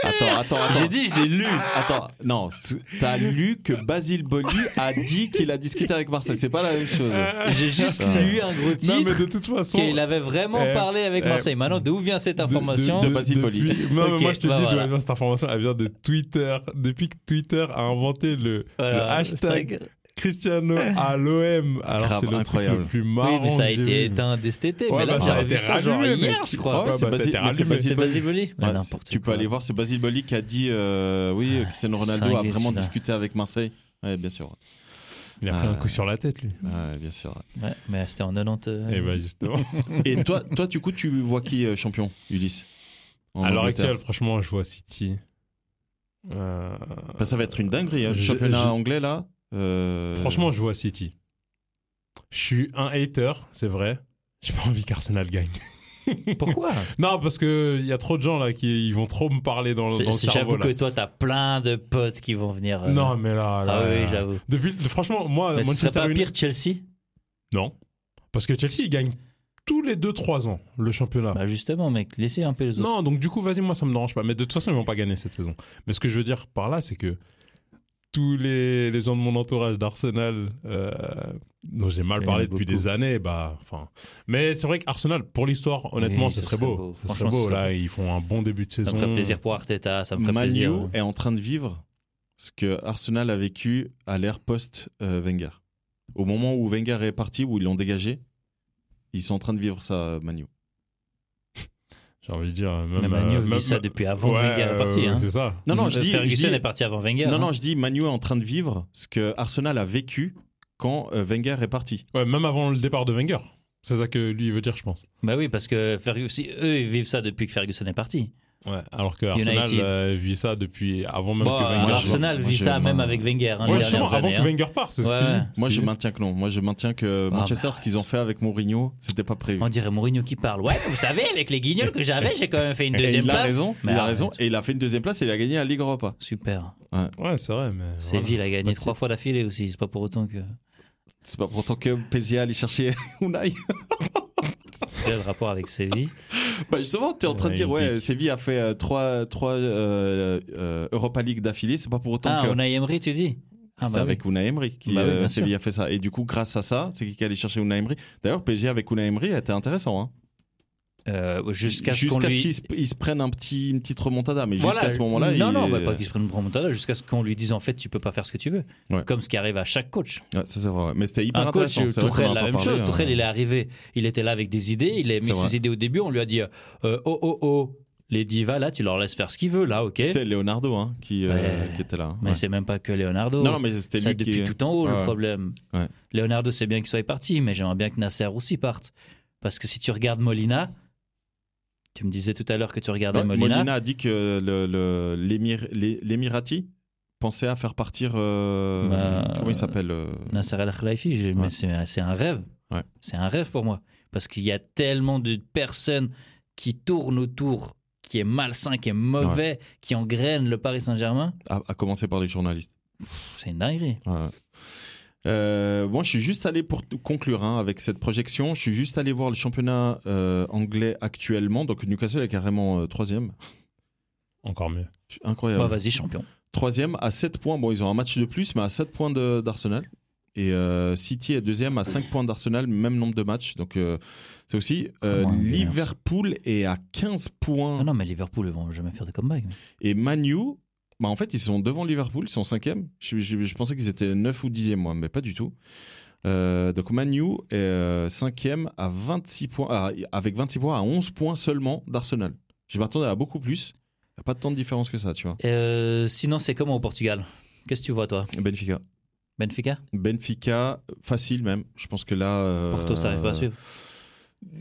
Speaker 1: Attends, attends,
Speaker 2: Ah.
Speaker 1: attends.
Speaker 4: J'ai dit, j'ai lu.
Speaker 1: Attends, non, c'est- t'as lu que Basile Boli a dit qu'il a discuté avec Marseille. C'est pas la même chose.
Speaker 4: J'ai juste
Speaker 1: Ah.
Speaker 4: lu un gros
Speaker 2: Non,
Speaker 4: titre
Speaker 2: mais de toute façon.
Speaker 4: qu'il avait vraiment
Speaker 2: Euh,
Speaker 4: parlé avec
Speaker 2: euh,
Speaker 4: Marseille. Maintenant, d'où vient cette information
Speaker 1: de- Basile
Speaker 2: depuis- Non, mais
Speaker 4: Ok,
Speaker 2: moi je te
Speaker 4: bah
Speaker 2: dis d'où
Speaker 4: voilà.
Speaker 2: elle vient cette information. Elle vient de Twitter. Depuis que Twitter a inventé le, le
Speaker 4: Voilà.
Speaker 2: hashtag Cristiano à l'OM. Alors
Speaker 1: Grave,
Speaker 2: c'est le truc
Speaker 1: incroyable.
Speaker 2: le plus
Speaker 4: Oui,
Speaker 2: marrant.
Speaker 4: mais ça a
Speaker 2: que j'ai
Speaker 4: été
Speaker 2: vu.
Speaker 4: éteint dès cet été.
Speaker 2: Ouais,
Speaker 4: mais là,
Speaker 2: bah,
Speaker 4: on
Speaker 2: ça a
Speaker 4: a
Speaker 2: été
Speaker 4: vu ça genre
Speaker 2: rallumé,
Speaker 4: hier,
Speaker 2: mec.
Speaker 4: je crois.
Speaker 1: Ah ouais,
Speaker 2: Ouais,
Speaker 1: c'est
Speaker 2: bah, ça a
Speaker 1: Basile-
Speaker 2: été
Speaker 1: mais c'est
Speaker 2: rallumé.
Speaker 1: Basile
Speaker 4: C'est
Speaker 1: Boli.
Speaker 4: Basile Boli Mais
Speaker 1: Ouais,
Speaker 4: n'importe
Speaker 1: tu peux
Speaker 4: quoi.
Speaker 1: aller voir, c'est Basile Boli qui a dit euh, oui, Cristiano Ronaldo a
Speaker 4: cinglé,
Speaker 1: vraiment
Speaker 4: celui-là.
Speaker 1: discuté avec Marseille. Oui, bien sûr.
Speaker 2: Il a pris
Speaker 1: Ah.
Speaker 2: un coup sur la tête lui.
Speaker 1: Ouais, bien sûr.
Speaker 4: Ouais, mais c'était en 90. euh, (laughs)
Speaker 2: Et bah justement.
Speaker 1: Et toi, toi, du coup, tu vois qui euh, champion, Ulysse En
Speaker 2: À l'heure
Speaker 1: Angleterre.
Speaker 2: actuelle, franchement, je vois City. Euh,
Speaker 1: Bah, ça va être une dinguerie. hein. Le
Speaker 2: Je-
Speaker 1: championnat
Speaker 2: je-
Speaker 1: anglais, là. euh,
Speaker 2: Franchement, je vois City. Je suis un hater, c'est vrai. J'ai pas envie qu'Arsenal gagne.
Speaker 4: Pourquoi
Speaker 2: Non, parce qu'il y a trop de gens là qui ils vont trop me parler dans, le-
Speaker 4: C'est-
Speaker 2: dans le
Speaker 4: c'est- J'avoue
Speaker 2: cerveau. là.
Speaker 4: que toi, t'as plein de potes qui vont venir. euh,
Speaker 2: Non, mais là. là
Speaker 4: Ah oui,
Speaker 2: là.
Speaker 4: j'avoue.
Speaker 2: Depuis, franchement, moi,
Speaker 4: Mais ce
Speaker 2: Manchester
Speaker 4: serait pas
Speaker 2: United-
Speaker 4: pire Chelsea
Speaker 2: Non. Parce que Chelsea, ils gagnent tous les 2-3 ans le championnat.
Speaker 4: Bah justement, mec, laissez un peu les autres.
Speaker 2: non, donc du coup, vas-y, moi, ça me dérange pas. Mais de toute façon, ils vont pas gagner cette saison. Mais ce que je veux dire par là, c'est que tous les, les gens de mon entourage d'Arsenal, euh, dont j'ai mal
Speaker 4: Il y en a
Speaker 2: parlé depuis
Speaker 4: beaucoup.
Speaker 2: des années, bah, enfin. Mais c'est vrai qu'Arsenal, pour l'histoire, honnêtement,
Speaker 4: Oui,
Speaker 2: ce
Speaker 4: ce
Speaker 2: serait
Speaker 4: serait
Speaker 2: beau.
Speaker 4: beau.
Speaker 2: Ce serait
Speaker 4: Franchement,
Speaker 2: beau.
Speaker 4: ce serait
Speaker 2: là, ils font un bon début de saison.
Speaker 4: Ça me ferait plaisir pour Arteta, ça me ferait
Speaker 1: Man
Speaker 4: plaisir.
Speaker 1: U est en train de vivre ce que Arsenal a vécu à l'ère post-Wenger. Au moment où Wenger est parti, où ils l'ont dégagé, ils sont en train de vivre ça, Manu.
Speaker 2: J'ai envie de dire. Même,
Speaker 4: Mais Manu
Speaker 2: euh,
Speaker 4: vit
Speaker 2: même-
Speaker 4: ça depuis avant
Speaker 2: Ouais,
Speaker 4: Wenger est parti.
Speaker 2: euh,
Speaker 4: hein.
Speaker 2: C'est ça.
Speaker 1: Non, non, je dis, je
Speaker 4: Ferguson
Speaker 1: dis-
Speaker 4: est parti avant Wenger.
Speaker 1: non,
Speaker 4: hein.
Speaker 1: non, je dis Manu est en train de vivre ce que Arsenal a vécu quand euh, Wenger est parti.
Speaker 2: Ouais, même avant le départ de Wenger. C'est ça que lui il veut dire, je pense.
Speaker 4: Bah oui, parce que Ferguson, eux, ils vivent ça depuis que Ferguson est parti.
Speaker 2: Ouais, alors que
Speaker 4: United.
Speaker 2: Arsenal euh, vit ça depuis avant même
Speaker 4: Bon,
Speaker 2: que Wenger.
Speaker 4: Arsenal
Speaker 1: moi,
Speaker 4: vit
Speaker 1: je-
Speaker 4: ça
Speaker 1: moi-
Speaker 4: même avec Wenger. hein,
Speaker 2: Ouais,
Speaker 4: les
Speaker 2: justement,
Speaker 4: dernières
Speaker 2: avant
Speaker 4: années,
Speaker 2: que
Speaker 4: hein.
Speaker 2: Wenger parte, c'est ce
Speaker 4: Ouais,
Speaker 2: que je
Speaker 4: ouais.
Speaker 2: dis.
Speaker 1: Moi,
Speaker 2: C'est-
Speaker 1: je maintiens que non. Moi, je maintiens que
Speaker 4: Ah,
Speaker 1: Manchester,
Speaker 4: bah,
Speaker 1: ce qu'ils ont fait avec Mourinho, c'était pas prévu.
Speaker 4: On dirait Mourinho qui parle. Ouais, vous savez, avec les guignols que j'avais, j'ai quand même fait une deuxième
Speaker 1: et il a
Speaker 4: place.
Speaker 1: raison,
Speaker 4: Mais
Speaker 1: il a
Speaker 4: arrête.
Speaker 1: raison, et il a fait une deuxième place et il a gagné la Ligue Europa.
Speaker 4: Super.
Speaker 2: Ouais, c'est vrai, mais. voilà.
Speaker 4: Séville a gagné
Speaker 2: Petite.
Speaker 4: trois fois d'affilée aussi. C'est pas pour autant que.
Speaker 1: C'est pas pour autant que PSG allait chercher (laughs) Unai.
Speaker 4: Quel rapport
Speaker 1: (laughs)
Speaker 4: avec Séville
Speaker 1: Bah justement, t'es en train de dire, ouais, Séville a fait euh, trois, trois euh, euh, Europa League d'affilée, c'est pas pour autant
Speaker 4: Ah,
Speaker 1: que.
Speaker 4: on a Emery, tu dis ah,
Speaker 1: C'était
Speaker 4: bah oui.
Speaker 1: euh, avec Unai Emery qui
Speaker 4: Bah oui,
Speaker 1: euh,
Speaker 4: bien sûr.
Speaker 1: Séville a fait ça. Et du coup, grâce à ça, c'est qui qui allait chercher Unai Emery. D'ailleurs, PSG avec Unai Emery était intéressant. Hein.
Speaker 4: Euh, jusqu'à ce qu'on
Speaker 1: Jusqu'à ce
Speaker 4: lui-
Speaker 1: qu'ils se- ils se prennent un petit, une petite remontada. Mais
Speaker 4: Voilà.
Speaker 1: jusqu'à ce moment-là.
Speaker 4: Non,
Speaker 1: il-
Speaker 4: non, bah, pas qu'il se prenne une remontada, jusqu'à ce qu'on lui dise en fait, tu peux pas faire ce que tu veux.
Speaker 1: Ouais.
Speaker 4: Comme ce qui arrive à chaque coach.
Speaker 1: Ouais, ça, c'est vrai. Mais c'était hyper
Speaker 4: un coach,
Speaker 1: intéressant. c'est vrai qu'on en
Speaker 4: Tourelle,
Speaker 1: a
Speaker 4: la
Speaker 1: pas
Speaker 4: même
Speaker 1: parlé,
Speaker 4: chose.
Speaker 1: hein.
Speaker 4: Tourelle, il est arrivé, il était là avec des idées, il a mis
Speaker 1: C'est vrai.
Speaker 4: ses idées au début, on lui a dit euh, oh oh oh, les divas là, tu leur laisses faire ce qu'ils veulent là, ok.
Speaker 1: C'était Leonardo hein, qui, euh,
Speaker 4: Ouais.
Speaker 1: qui était là. hein.
Speaker 4: Mais
Speaker 1: Ouais.
Speaker 4: c'est même pas que Leonardo.
Speaker 1: Non, non, mais c'était
Speaker 4: ça
Speaker 1: lui
Speaker 4: depuis
Speaker 1: qui.
Speaker 4: tout en haut
Speaker 1: Ouais.
Speaker 4: le problème.
Speaker 1: Ouais.
Speaker 4: Leonardo, c'est bien qu'il soit parti, mais j'aimerais bien que Nasser aussi parte. Parce que si tu regardes Molina, tu me disais tout à l'heure que tu regardais
Speaker 1: Ouais,
Speaker 4: Molina.
Speaker 1: Bah, Molina a dit que le- le- l'Émir- l'É- l'Émirati pensait à faire partir. euh,
Speaker 4: Bah,
Speaker 1: comment il s'appelle euh,
Speaker 4: Nasser Al Khelaifi, j'ai-
Speaker 1: Ouais.
Speaker 4: mais c'est un- c'est un rêve.
Speaker 1: Ouais.
Speaker 4: C'est un rêve pour moi. Parce qu'il y a tellement de personnes qui tournent autour, qui est malsain, qui est mauvais, qui engraine le Paris Saint-Germain.
Speaker 1: à, à commencer par les journalistes.
Speaker 4: Pff, C'est une dinguerie.
Speaker 1: Ouais. Euh, moi, je suis juste allé pour t- conclure hein, avec cette projection. Je suis juste allé voir le championnat euh, anglais actuellement. Donc Newcastle est carrément euh, troisième.
Speaker 2: Encore mieux.
Speaker 1: Incroyable.
Speaker 4: Bah, vas-y, champion.
Speaker 1: Troisième à 7 points. Bon, ils ont un match de plus, mais à 7 points de- d'Arsenal. Et euh, City est deuxième à 5 points d'Arsenal, même nombre de matchs. Donc, euh, c'est aussi euh,
Speaker 4: Comment,
Speaker 1: Liverpool est à 15 points.
Speaker 4: Ah Non, non, mais Liverpool, ils vont jamais faire de comeback. mais-
Speaker 1: Et Manu, bah en fait, ils sont devant Liverpool, ils sont cinquième. Je, je- je pensais qu'ils étaient 9 ou 10e, moi, mais pas du tout. Euh, donc Manu est euh, cinquième à 26 points, ah, avec 26 points à 11 points seulement d'Arsenal. Je m'attendais à beaucoup plus. Y a Pas tant de différence que ça, tu vois.
Speaker 4: Euh, sinon, c'est comment au Portugal Qu'est-ce que tu vois, toi
Speaker 1: Benfica.
Speaker 4: Benfica
Speaker 1: Benfica, facile même. Je pense que là. euh,
Speaker 4: Porto, ça arrive pas à suivre.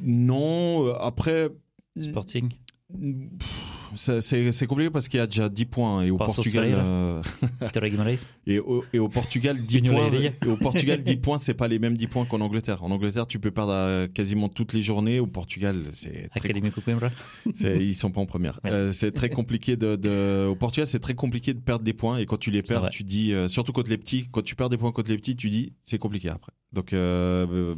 Speaker 1: Non, euh, après.
Speaker 4: Sporting
Speaker 1: Pff, c'est- C'est c'est compliqué parce qu'il y a déjà 10 points et au
Speaker 4: Passo
Speaker 1: Portugal.
Speaker 4: Ferreira.
Speaker 1: euh,
Speaker 4: Vitória Guimarães
Speaker 1: Et au, et au
Speaker 4: (laughs)
Speaker 1: Portugal, 10
Speaker 4: Union
Speaker 1: points,
Speaker 4: Leiria.
Speaker 1: et au Portugal,
Speaker 4: (laughs)
Speaker 1: 10 points, c'est pas les mêmes 10 points qu'en Angleterre. En Angleterre, tu peux perdre à quasiment toutes les journées. Au Portugal, c'est très
Speaker 4: Académico Coimbra
Speaker 1: c'est- ils sont pas en première.
Speaker 4: Ouais.
Speaker 1: Euh, c'est très compliqué de, de- Au Portugal, c'est très compliqué de perdre des points. Et quand tu les
Speaker 4: C'est
Speaker 1: perds,
Speaker 4: vrai.
Speaker 1: tu dis, euh, surtout contre les petits, quand tu perds des points contre les petits, tu dis, c'est compliqué après. Donc, euh, euh,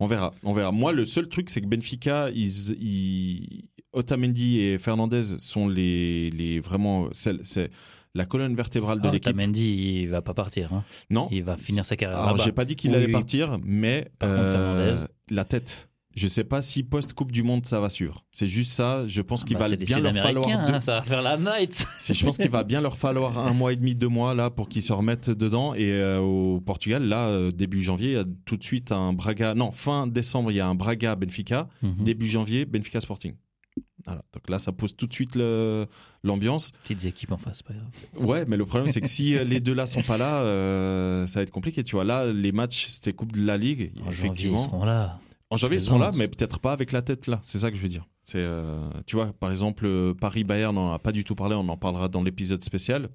Speaker 1: on verra, on verra. Moi, le seul truc, c'est que Benfica, ils, ils- Otamendi et Fernandez sont les, les vraiment, c'est c'est la colonne vertébrale de
Speaker 4: Ah,
Speaker 1: l'équipe.
Speaker 4: Otamendi, il va pas partir. hein.
Speaker 1: Non,
Speaker 4: Il va finir sa carrière.
Speaker 1: alors,
Speaker 4: là-bas.
Speaker 1: j'ai pas dit qu'il
Speaker 4: Oui,
Speaker 1: allait
Speaker 4: oui.
Speaker 1: partir, mais euh,
Speaker 4: Par contre, Fernandez.
Speaker 1: la tête. Je sais pas si post Coupe du Monde ça va suivre. C'est juste ça. Je pense qu'il
Speaker 4: Bah,
Speaker 1: va
Speaker 4: c'est des
Speaker 1: bien leur
Speaker 4: Sud-Américains,
Speaker 1: falloir. deux-
Speaker 4: hein, ça va faire la night.
Speaker 1: C'est- Je pense qu'il va bien leur falloir un mois et demi, deux mois là pour qu'ils se remettent dedans. Et euh, au Portugal, là euh, début janvier, il y a tout de suite un Braga. Non, fin décembre, il y a un Braga Benfica.
Speaker 4: Mmh.
Speaker 1: Début janvier, Benfica Sporting. Voilà. Donc là, ça pose tout de suite le- l'ambiance.
Speaker 4: Petites équipes en face, pas grave.
Speaker 1: Ouais, mais le problème, c'est que si euh, les deux là sont pas là, euh, ça va être compliqué. Tu vois, là, les matchs, c'était Coupe de la Ligue.
Speaker 4: En janvier, ils
Speaker 1: effectivement.
Speaker 4: seront là.
Speaker 1: En janvier, ils seront là,
Speaker 4: Présence.
Speaker 1: mais peut-être pas avec la tête là. C'est ça que je veux dire. C'est, euh, tu vois, par exemple, euh, Paris-Bayern, on n'en a pas du tout parlé, on en parlera dans l'épisode spécial.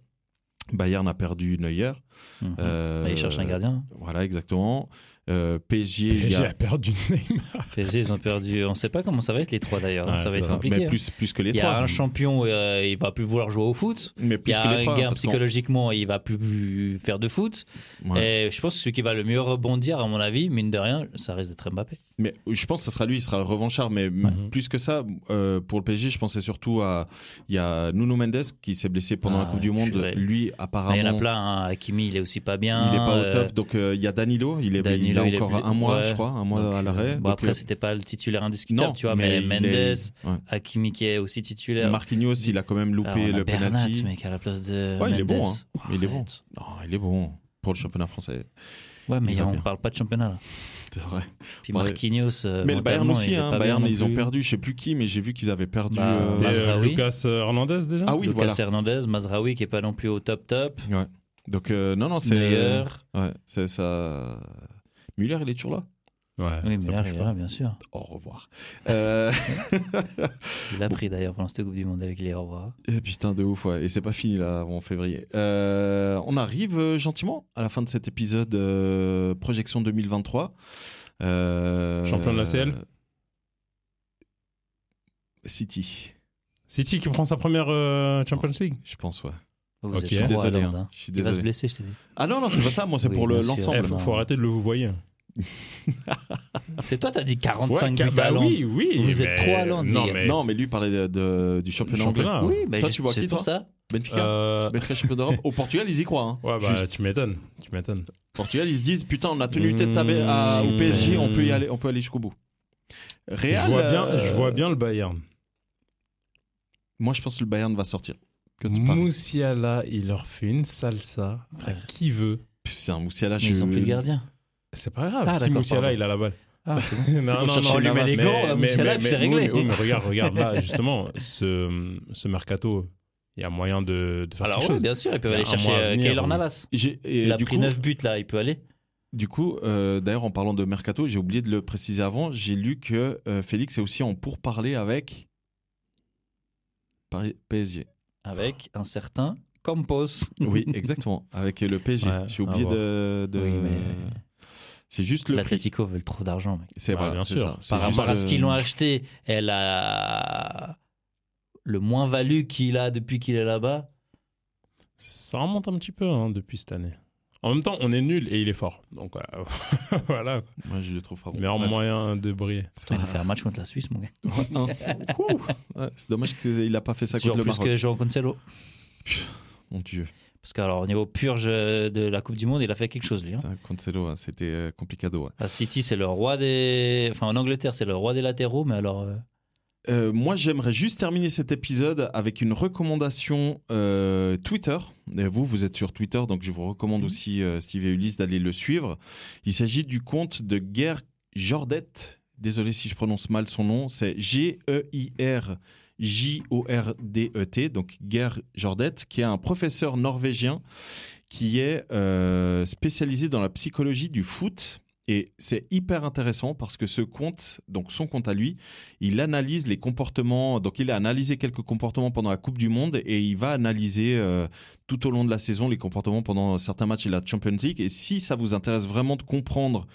Speaker 1: Bayern a perdu Neuer.
Speaker 4: Mhm.
Speaker 1: Euh,
Speaker 4: Bah, ils cherchent
Speaker 1: (laughs)
Speaker 4: un gardien.
Speaker 1: Voilà, exactement. Euh, PSG, il y
Speaker 2: J'ai
Speaker 1: a-
Speaker 2: perdu Neymar.
Speaker 4: PSG, ils ont perdu. On sait pas comment ça va être les trois d'ailleurs. hein.
Speaker 2: Ouais,
Speaker 4: ça va
Speaker 2: c'est
Speaker 4: être
Speaker 2: ça.
Speaker 4: compliqué.
Speaker 1: mais
Speaker 4: hein.
Speaker 1: plus, plus que les
Speaker 4: Il y
Speaker 1: trois.
Speaker 4: a un champion, euh, il va plus vouloir jouer au foot.
Speaker 1: Mais
Speaker 4: Il
Speaker 1: plus
Speaker 4: y a
Speaker 1: que les
Speaker 4: un
Speaker 1: trois.
Speaker 4: gars,
Speaker 1: parce qu'on-
Speaker 4: psychologiquement, il va plus- plus faire de foot.
Speaker 1: Ouais.
Speaker 4: Et je pense que celui qui va le mieux rebondir, à mon avis, mine de rien, ça risque d'être Mbappé.
Speaker 1: Mais je pense que ce sera lui, il sera revanchard. Mais m-
Speaker 2: Ouais.
Speaker 1: plus que ça, euh, pour le PSG, je pensais surtout à. Il y a Nuno Mendes qui s'est blessé pendant
Speaker 4: Ah,
Speaker 1: la Coupe du Monde.
Speaker 4: purée.
Speaker 1: Lui,
Speaker 4: Ah,
Speaker 1: apparemment.
Speaker 4: il y en a plein. hein. Hakimi, il est aussi pas bien.
Speaker 1: Il est pas au
Speaker 4: Euh,
Speaker 1: top. Donc euh, il y a Danilo. Il est,
Speaker 4: Danilo,
Speaker 1: il a
Speaker 4: il est
Speaker 1: encore
Speaker 4: blessé.
Speaker 1: un mois,
Speaker 4: Ouais.
Speaker 1: je crois, un mois
Speaker 4: donc,
Speaker 1: à
Speaker 4: euh,
Speaker 1: l'arrêt.
Speaker 4: bon,
Speaker 1: Donc,
Speaker 4: après,
Speaker 1: euh,
Speaker 4: c'était pas le titulaire indiscutable, tu vois, mais,
Speaker 1: il
Speaker 4: Mendes,
Speaker 1: est- ouais.
Speaker 4: Hakimi qui est aussi titulaire.
Speaker 1: Marquinhos, il a quand même
Speaker 4: Alors,
Speaker 1: loupé
Speaker 4: on a
Speaker 1: le
Speaker 4: Bernat,
Speaker 1: penalty.
Speaker 4: mec, à la place de
Speaker 1: Ouais, il est
Speaker 4: Mendes.
Speaker 1: bon, hein. Mais il est bon.
Speaker 4: Arrête.
Speaker 1: Non, il est bon pour le championnat
Speaker 4: (laughs)
Speaker 1: français.
Speaker 4: Ouais, mais
Speaker 1: Il va
Speaker 4: on
Speaker 1: bien.
Speaker 4: parle pas de championnat. là.
Speaker 1: C'est vrai.
Speaker 4: Puis
Speaker 1: Ouais.
Speaker 4: Marquinhos. euh,
Speaker 1: Mais le Bayern
Speaker 4: mentalement,
Speaker 1: aussi,
Speaker 4: Euh, il est
Speaker 1: hein,
Speaker 4: pas
Speaker 1: Bayern,
Speaker 4: bien non
Speaker 1: ils ont
Speaker 4: plus.
Speaker 1: perdu, je sais plus qui, mais j'ai vu qu'ils avaient perdu.
Speaker 4: Bah,
Speaker 1: euh,
Speaker 4: Des- Mazraoui.
Speaker 2: Lucas euh, Hernandez déjà
Speaker 1: Ah oui,
Speaker 4: Lucas
Speaker 1: voilà.
Speaker 4: Hernandez, Mazraoui qui est pas non plus au top top.
Speaker 1: Donc euh, non, non, c'est.
Speaker 4: Neuer.
Speaker 1: Ouais, c'est ça. Müller, il est toujours là.
Speaker 2: Ouais,
Speaker 4: Oui,
Speaker 2: ça
Speaker 4: mais là,
Speaker 2: bouge
Speaker 4: il est
Speaker 2: pas.
Speaker 4: là, bien sûr.
Speaker 1: Au revoir. Euh,
Speaker 4: Il a pris d'ailleurs pendant cette Coupe du Monde avec les au revoir.
Speaker 1: eh, putain, de ouf, ouais. Et c'est pas fini là, avant février. Euh, on arrive euh, gentiment à la fin de cet épisode euh, Projection 2023. Euh,
Speaker 2: Champion de la CL
Speaker 1: City,
Speaker 2: City qui prend sa première euh, Champions League.
Speaker 4: Eh,
Speaker 1: je pense, ouais.
Speaker 4: Vous
Speaker 2: Ok.
Speaker 4: êtes
Speaker 1: Je suis
Speaker 4: trois,
Speaker 1: désolé.
Speaker 4: Hollande,
Speaker 1: hein.
Speaker 4: hein.
Speaker 1: Je suis
Speaker 4: Il va se
Speaker 1: désolé.
Speaker 4: blesser, je t'ai dit.
Speaker 1: Ah non, non, c'est pas ça. Moi, c'est
Speaker 4: Oui,
Speaker 1: pour le-
Speaker 4: bien sûr.
Speaker 1: l'ensemble.
Speaker 2: Il faut, faut arrêter de le vous voyez.
Speaker 4: C'est toi, t'as dit 45 buts
Speaker 2: car- bah
Speaker 4: à l'an.
Speaker 2: oui, oui.
Speaker 4: Vous êtes
Speaker 2: mais-
Speaker 4: trois à l'an,
Speaker 2: Non,
Speaker 4: les gars.
Speaker 2: mais.
Speaker 1: Non, mais lui parlait de- de- du championnat,
Speaker 2: Du championnat,
Speaker 1: anglais.
Speaker 2: Ah ouais.
Speaker 4: Oui, mais
Speaker 1: Toi,
Speaker 4: juste-
Speaker 1: tu vois
Speaker 4: c'est
Speaker 1: qui,
Speaker 4: pour
Speaker 1: toi
Speaker 4: ça.
Speaker 1: Benfica.
Speaker 2: Euh,
Speaker 1: Benfica, champion d'Europe. Au Portugal, ils y croient. Hein.
Speaker 2: Ouais, bah,
Speaker 1: Juste.
Speaker 2: tu m'étonnes. Tu m'étonnes.
Speaker 1: Portugal, ils se disent putain, on a tenu tête à,
Speaker 2: Mmh,
Speaker 1: à- au
Speaker 4: super.
Speaker 1: PSG, on peut y aller, on peut aller jusqu'au bout. Real,
Speaker 2: Je vois, bien,
Speaker 1: euh,
Speaker 2: je vois bien le Bayern.
Speaker 1: Moi, je pense que le Bayern va sortir. Que tu parles.
Speaker 2: Moussiala, il leur fait une salsa à
Speaker 4: Frère.
Speaker 2: qui veut.
Speaker 1: Putain, Moussiala,
Speaker 4: Mais
Speaker 1: je.
Speaker 4: ils ont plus de gardien.
Speaker 2: C'est pas grave.
Speaker 4: Ah,
Speaker 2: si
Speaker 4: d'accord,
Speaker 2: Moussiala,
Speaker 4: pardon.
Speaker 2: il a la balle.
Speaker 4: Ah, (laughs) c'est bon.
Speaker 2: non,
Speaker 1: faut chercher Navas.
Speaker 4: met les
Speaker 2: mais-
Speaker 4: gants à
Speaker 2: mais-
Speaker 4: Moussiala,
Speaker 2: mais-
Speaker 4: puis c'est
Speaker 2: mais- oui,
Speaker 4: réglé.
Speaker 2: mais- oui, mais regarde, regarde
Speaker 4: (laughs)
Speaker 2: là, justement, ce, ce mercato, il y a moyen de, de faire
Speaker 4: Alors,
Speaker 2: quelque
Speaker 4: oui,
Speaker 2: chose.
Speaker 4: bien sûr, ils peuvent
Speaker 2: Un
Speaker 4: aller chercher
Speaker 2: mois à
Speaker 4: euh,
Speaker 2: venir,
Speaker 4: Keylor
Speaker 2: oui.
Speaker 4: Navas.
Speaker 1: J'ai- et
Speaker 4: Il a
Speaker 1: du,
Speaker 4: pris
Speaker 1: coup,
Speaker 4: 9 buts là, il peut aller.
Speaker 1: du coup, euh, d'ailleurs, en parlant de mercato, j'ai oublié de le préciser avant. J'ai lu que euh, Félix est aussi en pourparler avec Paris- PSG.
Speaker 4: Avec un certain Campos. (laughs)
Speaker 1: Oui, exactement, avec le PSG.
Speaker 2: Ouais,
Speaker 1: j'ai
Speaker 2: à
Speaker 1: oublié
Speaker 2: voir.
Speaker 1: de. de-
Speaker 4: Oui, mais-
Speaker 1: C'est juste le prix.
Speaker 4: L'Atletico veut trop d'argent, mec.
Speaker 1: C'est
Speaker 2: Bah,
Speaker 1: voilà,
Speaker 2: bien
Speaker 1: c'est
Speaker 2: sûr.
Speaker 1: ça. C'est
Speaker 4: Par
Speaker 1: juste,
Speaker 4: rapport à ce
Speaker 1: euh,
Speaker 4: qu'ils l'ont acheté, elle a le moins-value qu'il a depuis qu'il est là-bas.
Speaker 2: Ça remonte un petit peu hein, depuis cette année. En même temps, on est nul et il est fort. Donc euh, (laughs) voilà,
Speaker 1: Moi, je le trouve pas bon. (laughs)
Speaker 2: meilleur
Speaker 1: Bref.
Speaker 2: moyen de briller.
Speaker 1: Ah.
Speaker 4: Putain, (laughs) il a fait un match contre la Suisse, mon gars.
Speaker 1: Non. hein. Ouh. Ouais, C'est dommage qu'il n'a pas fait ça
Speaker 4: Toujours
Speaker 1: contre le
Speaker 4: plus
Speaker 1: Maroc.
Speaker 4: que Jean Cancelo.
Speaker 1: Mon Dieu,
Speaker 4: Parce qu'alors, au niveau purge euh, de la Coupe du Monde, il a fait quelque chose, lui. hein.
Speaker 1: Putain, Cancelo, hein, c'était euh, complicado. ouais.
Speaker 4: À City, c'est le roi des. Enfin, en Angleterre, c'est le roi des latéraux, mais alors. euh,
Speaker 1: Euh, moi, j'aimerais juste terminer cet épisode avec une recommandation euh, Twitter. Et vous, vous êtes sur Twitter, donc je vous recommande aussi, euh, Steve et Ulysse, d'aller le suivre. Il s'agit du compte de Guerre Jordette. Désolé si je prononce mal son nom. C'est E G-E-I-R. J-O-R-D-E-T, E donc Guerre Jordette, qui est un professeur norvégien qui est euh, spécialisé dans la psychologie du foot. Et c'est hyper intéressant parce que ce compte, donc son compte à lui, il analyse les comportements. Donc, il a analysé quelques comportements pendant la Coupe du Monde et il va analyser euh, tout au long de la saison les comportements pendant certains matchs de la Champions League. Et si ça vous intéresse vraiment de comprendre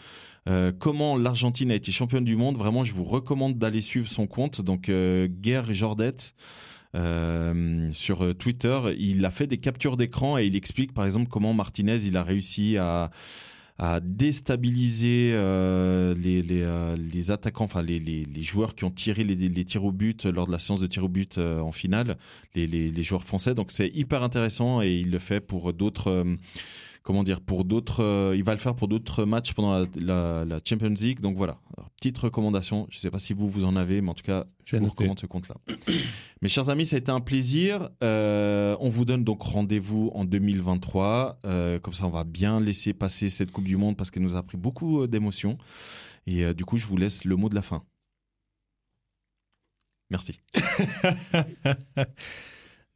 Speaker 1: euh, comment l'Argentine a été championne du monde, vraiment, je vous recommande d'aller suivre son compte. Donc, euh, Guerre Jordette. euh, sur euh, Twitter, il a fait des captures d'écran et il explique par exemple comment Martinez il a réussi à, à déstabiliser euh, les, les, euh, les attaquants, enfin les, les, les joueurs qui ont tiré les, les tirs au but lors de la séance de tirs au but euh, en finale, les, les, les joueurs français. Donc c'est hyper intéressant et il le fait pour d'autres. euh, Comment dire pour d'autres, euh, il va le faire pour d'autres matchs pendant la, la- la Champions League. Donc voilà, Alors, petite recommandation. Je ne sais pas si vous vous en avez, mais en tout cas, je
Speaker 2: C'est
Speaker 1: vous
Speaker 2: noté.
Speaker 1: recommande ce compte-là. (clears throat) Mes chers amis, ça a été un plaisir. Euh, on vous donne donc rendez-vous en 2023. Euh, comme ça, on va bien laisser passer cette Coupe du Monde parce qu'elle nous a pris beaucoup euh, d'émotions. Et euh, du coup, je vous laisse le mot de la fin. Merci.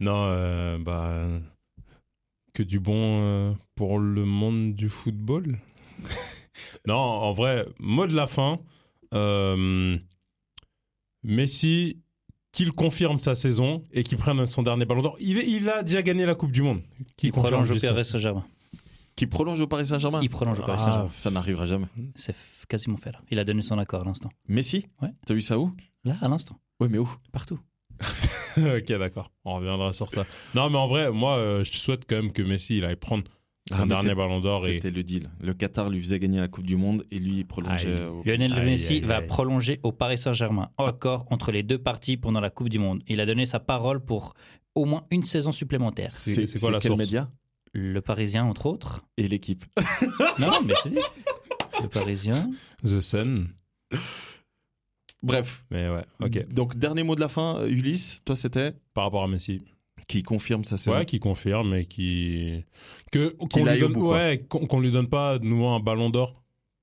Speaker 2: Non, euh, bah que du bon euh, pour le monde
Speaker 1: (laughs)
Speaker 2: du football. non, en vrai, mot de la fin. euh, Messi, qu'il confirme sa saison et qu'il prenne son dernier ballon d'or. Il, est- il a déjà gagné la Coupe du Monde. Qu'il
Speaker 4: il prolonge au
Speaker 2: juste sa-
Speaker 4: Paris Saint-Germain.
Speaker 1: Qui prolonge au Paris Saint-Germain
Speaker 4: Il prolonge au Paris
Speaker 2: Ah.
Speaker 4: Saint-Germain.
Speaker 1: Ça n'arrivera jamais.
Speaker 4: C'est f- quasiment fait, là. Il a donné son accord à l'instant.
Speaker 1: Messi
Speaker 4: Ouais.
Speaker 1: T'as vu ça où
Speaker 4: Là, à l'instant.
Speaker 1: Oui, mais où
Speaker 4: Partout.
Speaker 2: (laughs) ok, d'accord. On reviendra sur ça. Non, mais en vrai, moi, euh, je souhaite quand même que Messi, il aille prendre son
Speaker 1: Ah, mais
Speaker 2: dernier
Speaker 1: c'est-
Speaker 2: ballon d'or. Et...
Speaker 1: C'était le deal. Le Qatar lui faisait gagner la Coupe du Monde et lui, il prolongeait.
Speaker 2: Aïe.
Speaker 1: au-
Speaker 4: Lionel
Speaker 2: Aïe,
Speaker 4: Messi
Speaker 2: aïe,
Speaker 4: va
Speaker 2: aïe.
Speaker 4: prolonger au Paris Saint-Germain. Accord entre les deux parties pendant la Coupe du Monde. Il a donné sa parole pour au moins une saison supplémentaire.
Speaker 2: C'est- c'est quoi la
Speaker 1: quel
Speaker 2: source
Speaker 1: média
Speaker 4: Le Parisien,
Speaker 2: (laughs)
Speaker 4: entre autres.
Speaker 1: Et l'équipe. (laughs)
Speaker 4: Non, non, mais je te dis. Le Parisien.
Speaker 2: The Sun.
Speaker 1: Bref.
Speaker 2: Mais ouais, ok.
Speaker 1: Mm. Donc, dernier mot de la fin, euh, Ulysse, toi, c'était
Speaker 2: Par rapport à Messi.
Speaker 1: qui confirme sa saison.
Speaker 2: Ouais, qui confirme et qui que qu'on
Speaker 1: Qu'il
Speaker 2: lui
Speaker 1: aille au
Speaker 2: donne
Speaker 1: bout, quoi.
Speaker 2: ouais, qu'on qu'on lui donne pas de nouveau un ballon d'or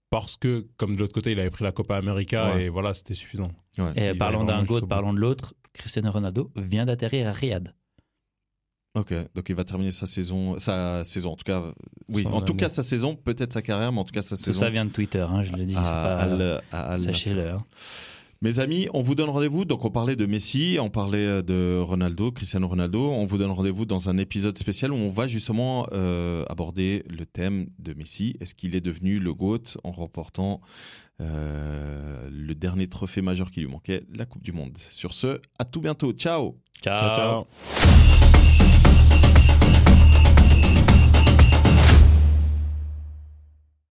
Speaker 2: parce que comme de l'autre côté il avait pris la Copa América
Speaker 1: Ouais.
Speaker 2: et voilà c'était suffisant.
Speaker 1: Ouais.
Speaker 4: Et
Speaker 2: Il
Speaker 4: parlons
Speaker 2: va
Speaker 4: eh, d'un
Speaker 2: vraiment
Speaker 4: goat,
Speaker 2: jusqu'au bout.
Speaker 4: parlons de l'autre. Cristiano Ronaldo vient d'atterrir à Riyad.
Speaker 1: Ok, donc il va terminer sa saison, sa saison en tout cas, oui,
Speaker 2: Son
Speaker 1: en tout
Speaker 2: année.
Speaker 1: cas sa saison, peut-être sa carrière, mais en tout cas sa
Speaker 4: Tout
Speaker 1: saison.
Speaker 4: ça vient de Twitter, hein, je le
Speaker 2: Ah,
Speaker 4: dis. c'est
Speaker 1: à-
Speaker 4: pas-
Speaker 1: à Al- à Al-
Speaker 4: Sachez-le. hein.
Speaker 1: Mes amis, on vous donne rendez-vous. Donc on parlait de Messi, on parlait euh, de Ronaldo, Cristiano Ronaldo. On vous donne rendez-vous dans un épisode spécial où on va justement euh, aborder le thème de Messi. Est-ce qu'il est devenu le GOAT en remportant euh, le dernier trophée majeur qui lui manquait, la Coupe du Monde Sur ce, à tout bientôt. Ciao
Speaker 2: Ciao ciao.